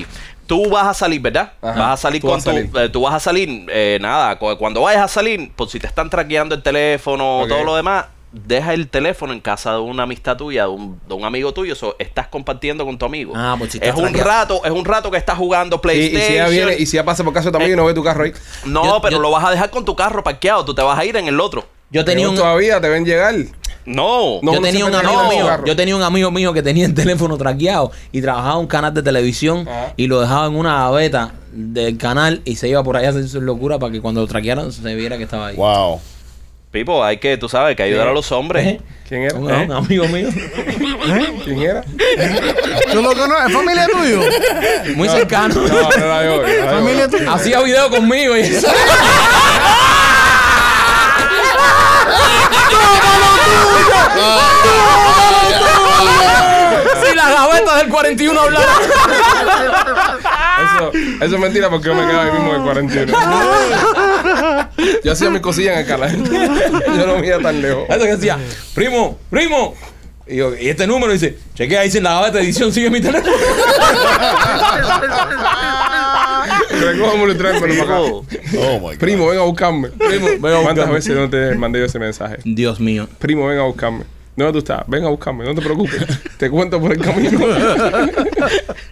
D: tú vas a salir, ¿verdad?
A: Ajá.
D: Vas a salir
A: Tú
D: con
A: vas a
D: tu.
A: salir.
D: eh, tú vas a salir, eh, nada. cu- Cuando vayas a salir, por si te están traqueando el teléfono,
A: Ok.
D: todo lo demás, deja el teléfono en casa de una amistad tuya, de un, de un amigo tuyo. Eso estás compartiendo con tu amigo.
B: Ah,
A: pues
B: por si te
D: es un
B: traquean.
D: rato, es un rato que estás jugando
A: Y,
D: PlayStation.
A: y si ella viene y si ella pasa por casa también y no ve tu carro ahí.
D: No,
B: Yo-
D: pero
B: yo-
D: lo vas a dejar con tu carro parqueado. Tú te vas a ir en el otro.
B: Yo tenía
A: Peor
B: un.
A: todavía te ven llegar.
D: No.
A: No,
B: yo
A: uno
B: tenía un
A: siempre termina
B: amigo
A: en su
B: mío,
A: carro.
B: yo tenía un amigo mío que tenía el teléfono traqueado y trabajaba en un canal de televisión
D: Ah.
A: Ajá.
B: y lo dejaba en una gaveta del canal y se iba por allá a hacer su locura para que cuando lo traquearan se viera que estaba ahí.
C: Wow.
D: Pipo, hay que, tú sabes, que ayudar a los hombres.
A: ¿Quién era?
B: Un,
A: ¿Eh?
B: un amigo mío.
A: ¿Quién era?
E: ¿Tú lo conoces? ¿Es familia tuyo?
B: Muy cercano.
A: No, no era yo. no era yo.
E: ¿Familia tuya?
B: Hacía video conmigo y eso. si la gaveta del 41 hablaba.
A: Eso, eso es mentira porque yo me quedaba ahí mismo en 41. Yo hacía mis cosillas en el canal. Yo no me iba tan lejos.
B: Eso que decía, primo, primo. Y, yo, y este número dice, chequea, dice en la gaveta de edición, sigue mi teléfono.
A: Recójame y tráemelo para acá.
D: Pipo,
C: Oh my God.
A: Primo, ven a buscarme. Primo, ven a buscarme. ¿Cuántas veces no te mandé yo ese mensaje?
B: Dios mío.
A: Primo, ven a buscarme. ¿Dónde tú estás? Ven a buscarme, no te preocupes. Te cuento por el camino.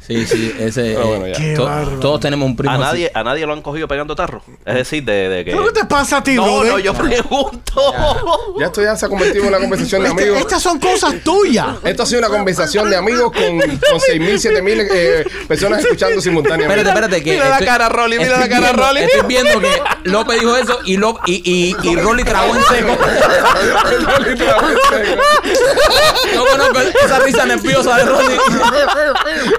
B: Sí, sí, ese. eh,
A: Pero bueno, ya.
E: Qué
B: to-
E: bárbaro.
B: todos tenemos un primo.
D: a
B: así.
D: nadie, a nadie lo han cogido pegando tarro. Es decir, de, de que.
E: ¿Pero ¿Qué te pasa a ti,
D: No,
E: brother?
D: no, yo pregunto.
A: Ya esto ya se ha convertido en una conversación de
E: Es que
A: amigos.
E: Este, estas son cosas tuyas.
A: Esto ha sido una conversación de amigos con, con 6.000, 7.000 eh, personas escuchando simultáneamente.
B: Espérate, espérate. Que
D: Mira la cara, Rolly, mira
B: estoy
D: la cara,
B: viendo-
D: Rolly.
B: Estoy viendo que López dijo eso y, Lop- y, y, y Rolly tragó en seco. No conozco esa risa nerviosa de Rolly.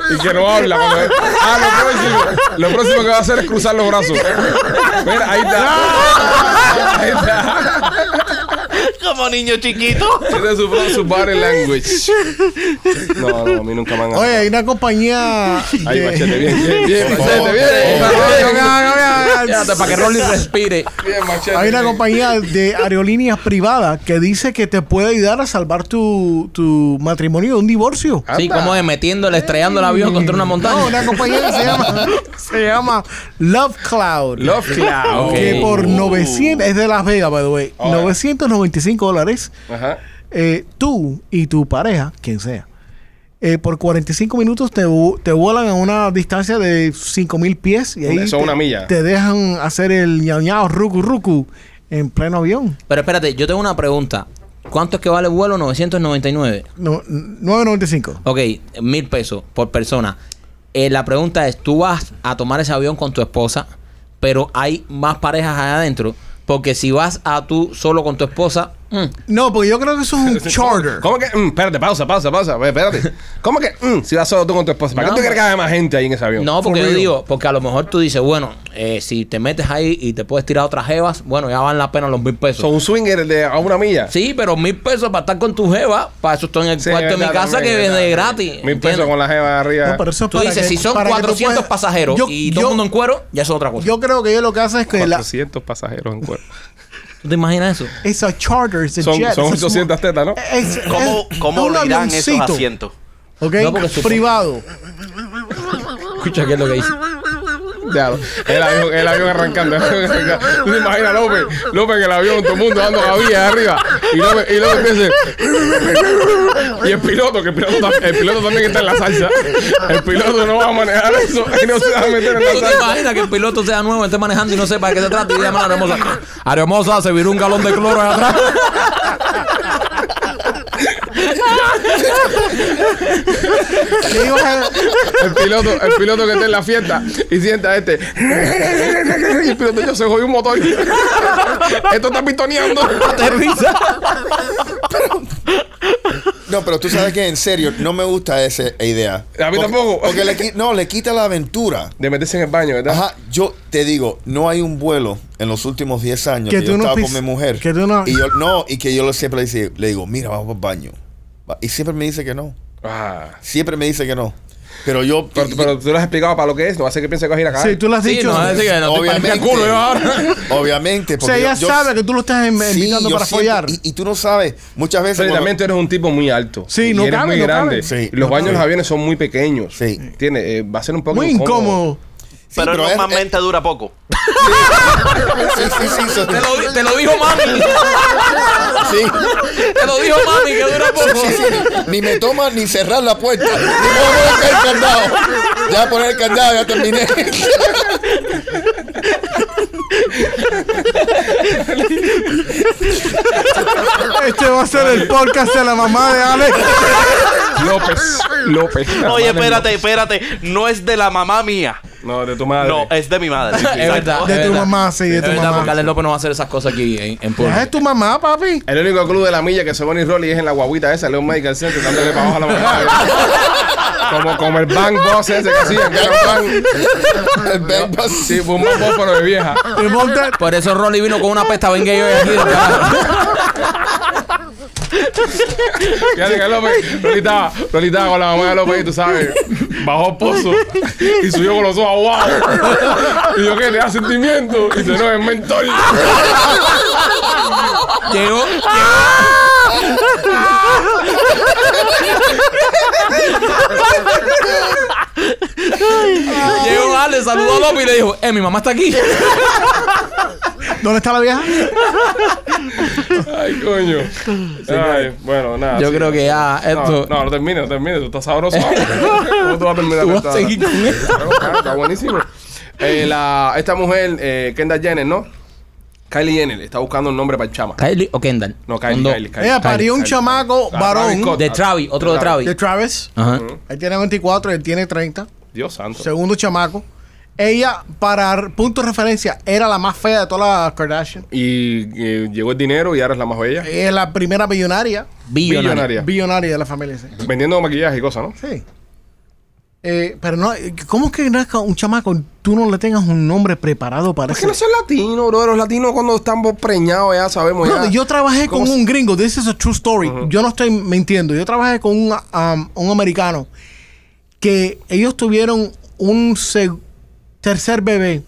A: y que no habla. cuando- Ah, lo próximo, lo próximo que va a hacer es cruzar los brazos. Mira, ahí está. Ahí está.
D: Como niño chiquito.
A: Ese es su, su body language. No, no, a mí nunca me han
E: Oye, hay una compañía.
A: Ahí,
E: de-
A: machete, bien, bien, bien,
C: Por
A: machete,
C: favor.
A: bien.
C: Por
E: Oye, no me
A: Bien,
E: hagas, no me hagas.
B: Espérate, para que Rolly respire.
A: Bien, machete.
E: Hay una
A: bien.
E: compañía de aerolíneas privadas que dice que te puede ayudar a salvar tu, tu matrimonio de un divorcio.
B: Sí,
A: Anda.
B: como es metiéndole, estrellando el avión contra una
E: No,
B: montaña.
E: una compañía que se llama, se llama Love Cloud.
A: Love Cloud.
B: Ok.
E: Que por
D: Oh.
E: 900, es de Las Vegas, by the way,
A: Ahora.
E: 995 dólares,
A: Ajá.
E: eh, tú y tu pareja, quien sea, eh, por 45 minutos te, vo- te vuelan a una distancia de 5000 pies y ahí
A: Eso
E: te,
A: es una milla.
E: te dejan hacer el ñao ñao ruku ruku en pleno avión.
B: Pero espérate, yo tengo una pregunta. ¿Cuánto es que vale el vuelo 999?
E: No, 9.95.
B: Ok, mil pesos por persona. Eh, la pregunta es, ¿tú vas a tomar ese avión con tu esposa, pero hay más parejas allá adentro? Porque si vas a tú solo con tu esposa, mm,
E: No, porque yo creo que eso es un charter.
A: ¿Cómo que? mm, espérate, pausa, pausa, pausa. Ve, Espérate. ¿Cómo que? mm, si vas solo tú con tu esposa. ¿Para
B: No,
A: qué tú
B: no.
A: crees que haya más gente ahí en ese avión?
B: no, porque
E: For
B: yo
E: real.
B: digo, porque a lo mejor tú dices, bueno, eh, si te metes ahí y te puedes tirar otras jevas, bueno, ya van la pena los mil pesos.
A: Son un swinger de a una milla.
B: Sí, pero mil pesos para estar con tu jeva, para eso estoy en el
A: Sí,
B: cuarto de mi
A: verdad,
B: casa
A: también,
B: que es
A: verdad.
B: de gratis.
A: Mil
B: ¿entiendes?
A: pesos con la jeva arriba.
E: No, pero eso es
B: Tú
E: para
B: dices,
E: que-
B: si son
E: para que tú
B: 400
E: puedas-
B: pasajeros
E: Yo-
B: y todo
E: yo-
B: el mundo en cuero, ya eso es otra cosa.
E: Yo creo que eleo lo que hace es que la,
A: 400 pasajeros en cuerpo.
B: ¿Tú te imaginas eso?
E: It's a charter, it's a
A: Son,
E: jet,
A: son
E: it's a
A: 800
E: small-
A: tetas, ¿no?
E: Es- es-
D: ¿Cómo,
E: es
D: cómo
E: un
D: lo irán esos
E: avioncito,
D: asientos?
E: ¿Ok?
B: No, porque supongo-
E: Privado.
B: Escucha qué es lo que dice.
A: Ya, el avión, el avión arrancando. el avión arrancando. Tú te imaginas a López, López en el avión, todo el mundo dando la vía arriba. Y López, y López empieza- Y el piloto, que el piloto, tam- el piloto también está en la salsa. El piloto no va a manejar eso y no se va a meter en
B: ¿Tú
A: la
B: te
A: salsa.
B: imaginas que el piloto sea nuevo, esté manejando y no sepa de qué se trata? Y diga, "Mano, hermosa, hermosa, se viró un galón de cloro allá atrás.
E: Le digo a-
A: El piloto, el piloto que está en la fiesta y sienta este. Y el piloto yo se jodió un motor. Esto está pitoneando.
C: No, pero tú sabes que en serio, no me gusta esa idea.
A: A mí
C: Porque-
A: tampoco.
C: Porque le, qui- no, le quita la aventura.
A: De meterse en el baño, ¿verdad?
C: Ajá, yo te digo, no hay un vuelo en los últimos 10 años
E: Que
C: que,
E: tú
C: yo
E: no
C: estaba
E: pis-
C: con mi mujer.
E: que tú no-
C: Y yo, no, y que yo lo- siempre le, dice- le digo, mira, vamos al baño. Va- Y siempre me dice que no.
A: Ah.
C: Siempre me dice que no. Pero yo.
A: Pero, pero tú lo has explicado para lo que es, no hace que piense que vas a ir a cagar.
E: Sí, tú le has
B: Sí,
E: dicho.
B: no, así que no, te parece
C: obviamente.
B: el culo, yo ahora.
C: obviamente.
E: o sea,
C: porque
E: ella
C: yo- yo-
E: sabe que tú lo estás em-
C: Sí,
E: invitando
C: yo
E: para
C: siempre-
E: follar.
C: Y, y tú no sabes, muchas veces.
A: Pero
C: cuando-
A: también tú eres un tipo muy alto.
E: Sí,
A: Y
E: no
A: eres
E: cabe,
A: muy
E: no
A: grande.
E: cabe.
C: Sí,
A: los
C: no
A: baños de los
C: cabe.
A: aviones son muy pequeños.
C: Sí.
A: Tiene, eh, va a ser un poco
E: Muy incómodo.
C: Sí,
D: Pero,
C: es-
D: normalmente dura poco.
C: es- sí, sí, sí, sí.
B: Te lo, di- te lo dijo mami.
C: Sí.
B: Te lo dijo mami que dura
C: Sí,
B: poco.
C: sí, sí. Ni me toma ni cerrar la puerta. Ni me voy a poner el candado. Ya poner el candado, ya terminé.
E: Este va a ser el podcast de la mamá de Alex.
A: López. López.
D: Oye,
A: Hermano,
D: espérate, espérate. No es de la mamá mía.
A: No, de tu madre.
D: No, es de mi madre.
B: Es verdad.
E: De
B: es
E: tu
B: verdad.
E: mamá, sí, de
B: Es
E: tu
B: verdad, porque
E: mamá.
B: Alex López no va a hacer esas cosas aquí en, en público.
C: eh.
E: Es tu mamá, papi.
A: El único club de la milla que según y Rolly es en la guaguita esa, León Medical Center, dándole para abajo a la mamá. como, como el bang boss ese que hacían, que era un
C: El
A: bang.
C: verbo así.
A: Sí, fue un bang boss, pero de vieja.
E: Y ponte-
B: Por eso Rolly vino con una pesta venga yo aquí. de cara.
A: Fíjate que López, Rolly estaba, Rolly estaba con la mamá de López y tú sabes, bajó el pozo y subió con los ojos aguados. Y yo, ¿qué? ¿Te da sentimiento? Y dice, no, es mentor.
B: Llegó, llegó Alex, saludó a López y le dijo, eh, mi mamá está aquí.
E: ¿Dónde está la vieja?
A: Ay, coño. Ay, bueno, nada.
B: Yo
A: sí.
B: creo que ya
A: No,
B: esto...
A: no, no termines, no termines. Tú estás sabroso. ¿Cómo tú vas a terminar
B: Tú vas
A: esta
B: a
A: hora?
B: seguir con esto.
A: Claro, claro, Está buenísimo. Eh, la, esta mujer, eh, Kendall Jenner, ¿no? Kylie Jenner, está buscando un nombre para el chama.
B: Kylie o Kendall.
A: No, Kylie,
B: Son dos.
A: Kylie, Kylie.
E: Ella parió un
A: Kylie.
E: chamaco
A: Ah, Travis
E: varón
A: Scott.
B: De Travis, otro de Travis.
E: de Travis.
B: Ajá.
E: Él tiene 24, él tiene 30.
A: Dios santo.
E: Segundo chamaco. Ella, para r- punto de referencia, era la más fea de todas las Kardashian.
A: Y eh, llegó el dinero y ahora es la más bella.
E: Es la primera billonaria.
B: Billonario.
A: Billonaria.
E: Billonaria de la familia, sí.
A: Vendiendo maquillaje y cosas, ¿no?
E: Sí. Eh, pero no, eh, ¿cómo es que nazca un chamaco tú no le tengas un nombre preparado para
A: Es que
E: eso?
A: no son latinos, bro. Los latinos cuando están preñados ya sabemos
E: Brother,
A: ya.
E: yo trabajé con
A: ¿Cómo
E: un gringo, this is a true story. Yo no estoy mintiendo. Yo trabajé con un, um, un americano que ellos tuvieron un seg- tercer bebé.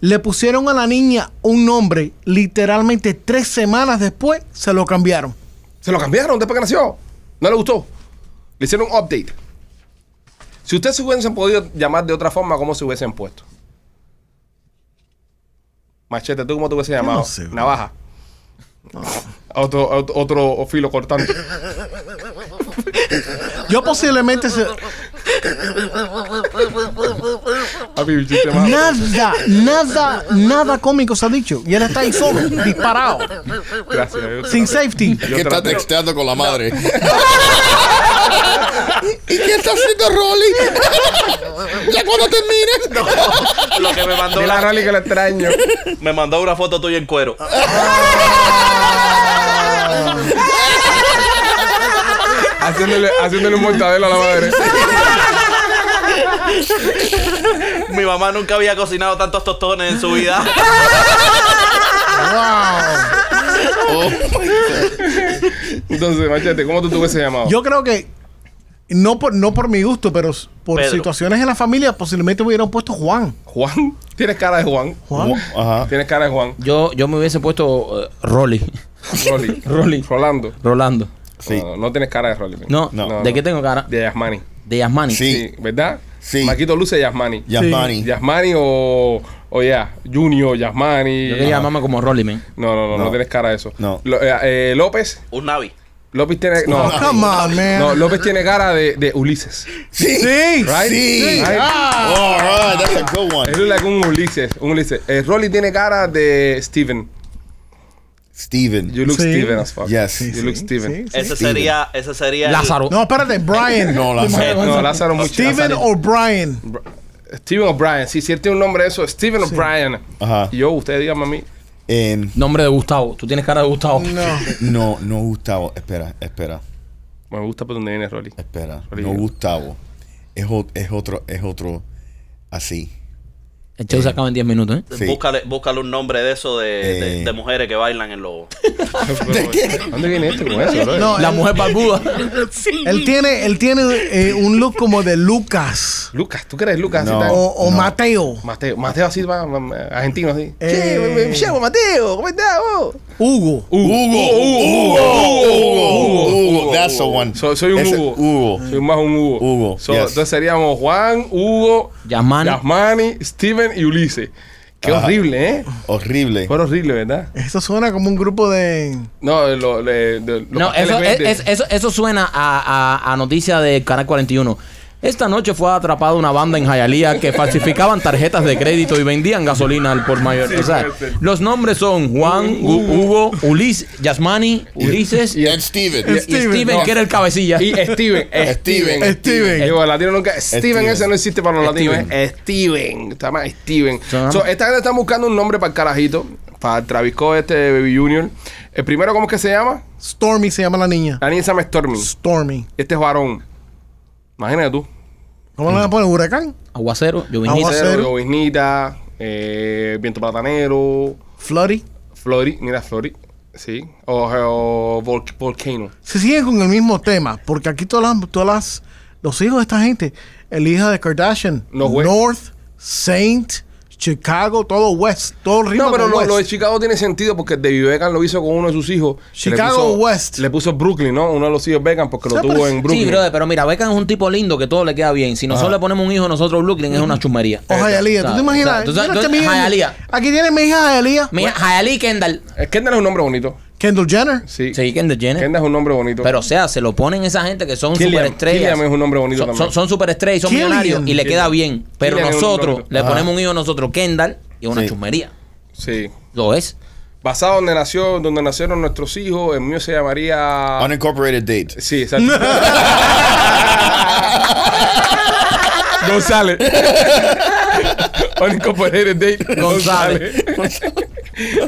E: Le pusieron a la niña un nombre, literalmente tres semanas después se lo cambiaron.
A: Se lo cambiaron después que nació. No le gustó. Le hicieron un update. Si ustedes se hubiesen podido llamar de otra forma, ¿cómo se hubiesen puesto? Machete, ¿tú cómo te hubiesen llamado?
E: no sé, bro.
A: Navaja. Otro, otro, otro filo cortante.
E: Yo posiblemente se-
A: Papi, un chiste malo.
E: nada, nada, nada cómico se ha dicho. Y él está ahí solo, disparado,
A: Gracias. yo
E: sin
A: traté.
E: safety.
A: Yo
C: que está
A: traté.
C: texteando con la madre. ¿Y qué está haciendo Rolly? ya cuando termine.
D: Lo que me mandó,
A: Dile a
D: una,
A: Rolly que lo extraño.
D: me mandó una foto tuya en cuero.
A: haciéndole, haciéndole un mortadelo a la madre.
D: Mi mamá nunca había cocinado tantos tostones en su vida.
C: Oh, my God.
A: Entonces, Machete, ¿cómo tú te hubieses llamado?
E: Yo creo que no por, no por mi gusto, pero s- por
D: Pedro.
E: situaciones en la familia, posiblemente me hubieran puesto Juan.
A: Juan. Tienes cara de Juan.
E: Juan.
C: Ajá.
A: Tienes cara de Juan.
B: Yo, yo me hubiese puesto eh, Rolly.
A: Rolly.
B: Rolly.
A: Rolando.
B: Rolando.
C: Sí.
A: No, no tienes cara de Rolly.
B: No,
C: No.
B: ¿de qué tengo cara?
A: De Yasmani.
B: De Yasmani.
C: Sí.
A: Sí. ¿Verdad?
C: Sí.
A: Maquito Luce Yasmani.
C: Yasmani.
A: Yasmani o. O ya. Junior, Yasmani.
B: Yo quería llamarme como Rolly, man.
A: No, no, no, no,
C: No.
A: tienes cara de eso.
C: No.
A: Lo- eh, eh, López.
D: Un navi.
A: López tiene. No.
E: Oh, come on, man.
A: No, López tiene cara de, de Ulises.
C: Sí.
E: Sí.
A: Right?
C: Sí. Ah.
A: Right?
C: All right, Oh, that's a good one.
A: Él es like un Ulises. Un Ulises. Eh, Rolly tiene cara de Steven.
C: Steven.
A: You look
E: Sí.
A: Steven as fuck.
C: Yes.
A: You look Steven.
E: Sí, sí.
D: Ese sería, ese sería el-
B: Lázaro.
E: No, espérate, Brian.
C: No, la sé.
A: Eh, No, Lázaro mucho.
E: Steven
A: Lázaro.
E: O'Brien.
A: Steven O'Brien. Sí, si él tiene un nombre de eso, Steven O'Brien.
C: Ajá.
A: Y yo, usted dígame a mí.
C: Em,
B: Nombre de Gustavo. Tú tienes cara de Gustavo.
E: No.
C: no, no Gustavo. Espera, espera,
A: Me gusta por donde viene Rolly.
C: espera. No
A: Olivo.
C: Gustavo. Es, o- es otro, es otro así.
B: El show se acaba en 10 minutos, ¿eh?
C: Sí.
D: Búscale, búscale un nombre de eso de, de-
C: Eh.
D: de mujeres que bailan en los.
A: ¿De qué? ¿Dónde viene esto con eso, Rolly?
E: No,
B: La
E: él-
B: mujer barbuda.
E: Él tiene, él tiene eh, un look como de Lucas
A: Lucas, ¿tú crees Lucas?
C: No.
A: Así
E: o,
A: tan-
E: o Mateo.
A: Mateo, Mateo así va, va, argentino así.
E: Eh.
A: me- me llamo Mateo, ¿cómo estás vos?
E: Hugo.
C: Hugo, Hugo, Hugo, Hugo, Hugo, that's the one.
A: So- soy un
C: Ese-
A: Hugo.
C: Hugo.
A: Soy más un Hugo.
C: Hugo,
A: So,
C: yes.
A: Entonces seríamos Juan, Hugo,
B: Yasmani.
A: Yasmani, Steven y Ulises. Qué
C: Ajá.
A: horrible, ¿eh?
C: Horrible.
A: Fue horrible, ¿verdad?
E: Eso suena como un grupo de.
A: No, lo, le- de- los
B: No,
A: pasteles
B: eso, es-
A: verdes.
B: es- eso, eso suena a, a- a noticia de Canal 41. Esta noche fue atrapada una banda en Hialeah que falsificaban tarjetas de crédito y vendían gasolina al por mayor. O sea,
A: puede ser.
B: los nombres son Juan, Gu- Hugo, Ulises, Yasmani, Ulises y,
C: And Steven.
B: y Steven, este, que era el cabecilla.
A: Y Steven. Steven.
E: Steven.
A: Digo, el latino nunca. Steven,
C: Steven.
A: ese no existe para los
B: Steven.
A: latinos. es Steven. Está más Steven.
B: Son-
A: So, esta gente está buscando un nombre para el carajito. Para el Travis Scott, este Baby Junior. El primero, ¿cómo es que se llama?
E: Stormy se llama la niña.
A: La niña se llama Stormy.
E: Stormy.
A: Este es varón. Imagínate tú.
E: ¿Cómo le van a poner? ¿Huracán?
B: Aguacero,
E: Aguacero.
B: Jovinita.
A: Cero, Lloviznita, eh, Viento Platanero,
E: Flurry.
A: Flori, mira Flori, sí. O, o Vol- Volcano.
E: Se siguen con el mismo tema, porque aquí todas las, todas las- los hijos de esta gente, el hijo de Kardashian,
A: No, güey.
E: North, Saint, Chicago, todo West, todo el ritmo
A: No, pero
E: con
A: lo,
E: West.
A: lo de Chicago tiene sentido porque David Beckham lo hizo con uno de sus hijos. que le
E: Chicago
A: puso-
E: West.
A: Le puso Brooklyn, ¿no? Uno de los hijos Beckham porque lo
E: Sí,
A: tuvo
E: pero-
A: en
B: Sí,
A: Brooklyn.
B: brother, pero mira, Beckham es un tipo lindo que todo le queda bien. Si nosotros le ponemos un hijo a nosotros Brooklyn, es una chumería.
E: O Hialeah, ¿tú
B: ¿Sabes?
E: te imaginas?
B: ¿Tú sabes?
E: Mira
B: Tú-
E: este mi hija-
B: Hialeah.
E: Aquí tiene mi hija Hialeah,
B: Mira, Hayali Kendall.
A: Es Eh, Kendall es un nombre bonito.
E: Kendall Jenner.
A: Sí.
B: Sí, Kendall Jenner.
A: Kendall es un nombre bonito.
B: Pero o sea, se lo ponen esa gente que son
A: Killian.
B: superestrellas.
A: Killian es un nombre bonito
B: Son-
A: también.
B: Son, son superestrellas y son
E: Killian.
B: millonarios y le queda bien. Pero
A: Killian es un
B: nosotros
A: nombre
B: le
C: bonito.
B: ponemos un hijo a nosotros, Kendall, y es una
C: Sí.
B: chumería.
A: sí.
B: Lo es.
A: Basado donde nació, donde nacieron nuestros hijos, el mío se llamaría.
C: Unincorporated date.
A: Sí, exacto. González. Unincorporated date.
B: González.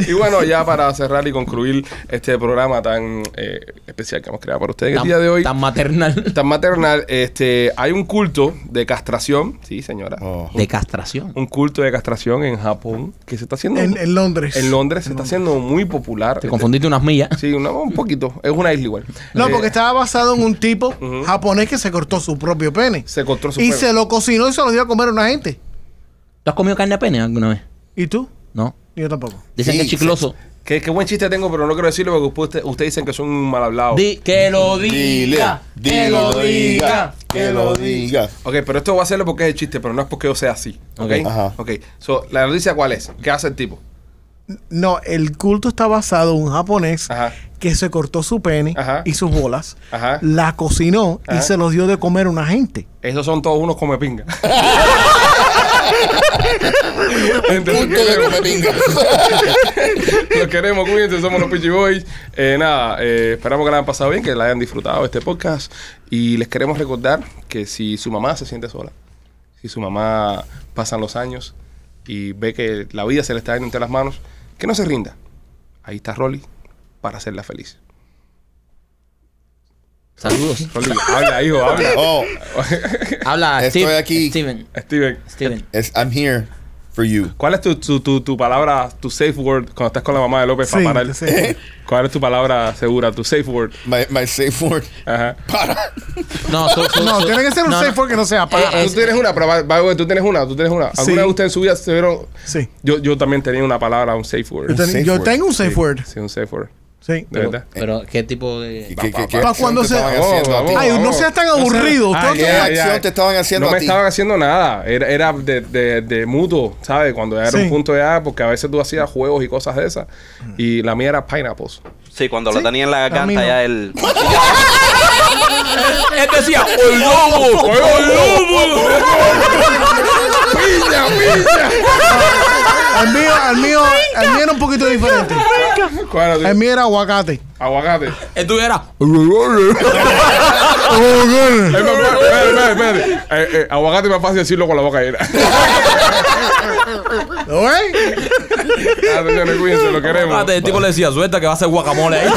A: Y bueno, ya para cerrar y concluir este programa tan eh, especial que hemos creado para ustedes en
B: Tan-
A: el día de hoy,
B: Tan
A: tan,
B: maternal.
A: maternal, este, hay un culto de castración, sí señora,
C: Oh.
B: De castración.
A: un culto de castración en Japón que se está haciendo
E: En, en Londres.
A: en Londres, se está haciendo muy popular.
B: Te confundiste unas millas.
A: Sí, una- un poquito, es una isla igual.
E: No,
A: Eh,
E: porque estaba basado en un tipo
A: Ujú.
E: japonés que se cortó su propio pene.
A: se cortó su
E: y
A: pelo.
E: se lo cocinó y se lo dio a comer a una gente.
B: ¿Tú has comido carne de pene alguna vez?
E: ¿Y tú?
B: No.
E: Yo tampoco.
B: Dicen
C: Sí,
B: que es chicloso.
A: Qué, qué buen chiste tengo, pero no quiero decirlo porque después usted- ustedes dicen que son un mal hablado.
B: Di- que lo diga.
C: Dile,
B: que lo diga.
C: que lo diga.
A: Ok, pero esto voy a hacerlo porque es el chiste, pero no es porque yo sea así. Ok.
B: Ok.
C: Ajá.
A: Ok. So, la noticia cuál es? ¿Qué hace el tipo?
E: No, el culto está basado en un japonés
A: Ajá.
E: que se cortó su pene
A: Ajá.
E: y sus bolas,
A: Ajá.
E: la cocinó
A: Ajá.
E: y se los dio de comer a una gente.
A: Esos son todos unos comepingas. Entonces,
C: Punto de comepinga.
A: los queremos, cuídense, somos los Pichi Boys. Eh, nada, eh, esperamos que la hayan pasado bien, que la hayan disfrutado este podcast. Y les queremos recordar que si su mamá se siente sola, si su mamá pasan los años y ve que la vida se le está yendo entre las manos, que no se rinda. Ahí está Rolly para hacerla feliz.
B: Saludos.
A: Rolly, habla, hijo, habla.
C: Oh,
B: Habla
C: Estoy
B: Steve-
C: aquí.
B: Steven.
A: Steven,
B: Steven.
C: es- I'm here for you.
A: ¿cuál es tu, tu, tu, tu palabra, tu safe word cuando estás con la mamá de López
E: Sí,
A: para parar?
E: sí. ¿Eh?
A: ¿Cuál es tu palabra segura, tu safe word?
C: My, my safe word.
A: Ajá.
C: Para.
B: No, su- su-
E: No,
B: su-
E: tiene que ser un
B: no, no.
E: safe word que no sea para.
B: Eh, eh.
A: Tú tienes una, pero va- va, tú tienes una, tú tienes una.
E: Sí.
A: ¿Alguna de ustedes en su vida se vieron?
E: Sí.
A: Yo, yo también tenía una palabra, un safe word.
E: Yo, ten-
C: safe
E: yo
C: word.
E: tengo un safe word.
A: Sí, un safe word.
E: Sí.
A: De verdad.
B: Pero, ¿qué tipo
C: ¿Qué-
B: de...?
C: qué- qué
E: Pa'
C: acción
E: cuando
C: te
E: se-
C: estaban
A: Oh,
C: haciendo a ti?
A: vamos.
E: Ay, no seas tan aburrido.
A: Ay,
E: Tony.
C: ¿Qué acción te estaban haciendo
A: No
C: a
A: me
C: ti?
A: estaban haciendo nada. Era, era de, de, de mutuo, ¿sabes? Cuando era
E: Sí.
A: un punto ya, porque a veces tú hacías juegos y cosas de esas. Y la mía era pineapples.
D: Sí, cuando lo tenía en la
E: mí
D: garganta
E: no.
D: ya él.
F: Él
B: Este
F: decía, ¡Oh, lobo!
A: ¡Piña, piña!
E: Al mío, al mío, al mío era un poquito diferente.
A: ¿Cuál era
E: Al
A: tu-
E: mío era aguacate.
A: Aguacate.
F: Él
B: Este
F: tuviera,
A: Eh, espérate, espérate, espérate. Eh, eh, aguacate es más fácil decirlo con la boca llena.
E: ¿Lo ves?
A: Ah, señores, cuídense, lo queremos.
F: el tipo le decía, suelta que va a ser guacamole ahí.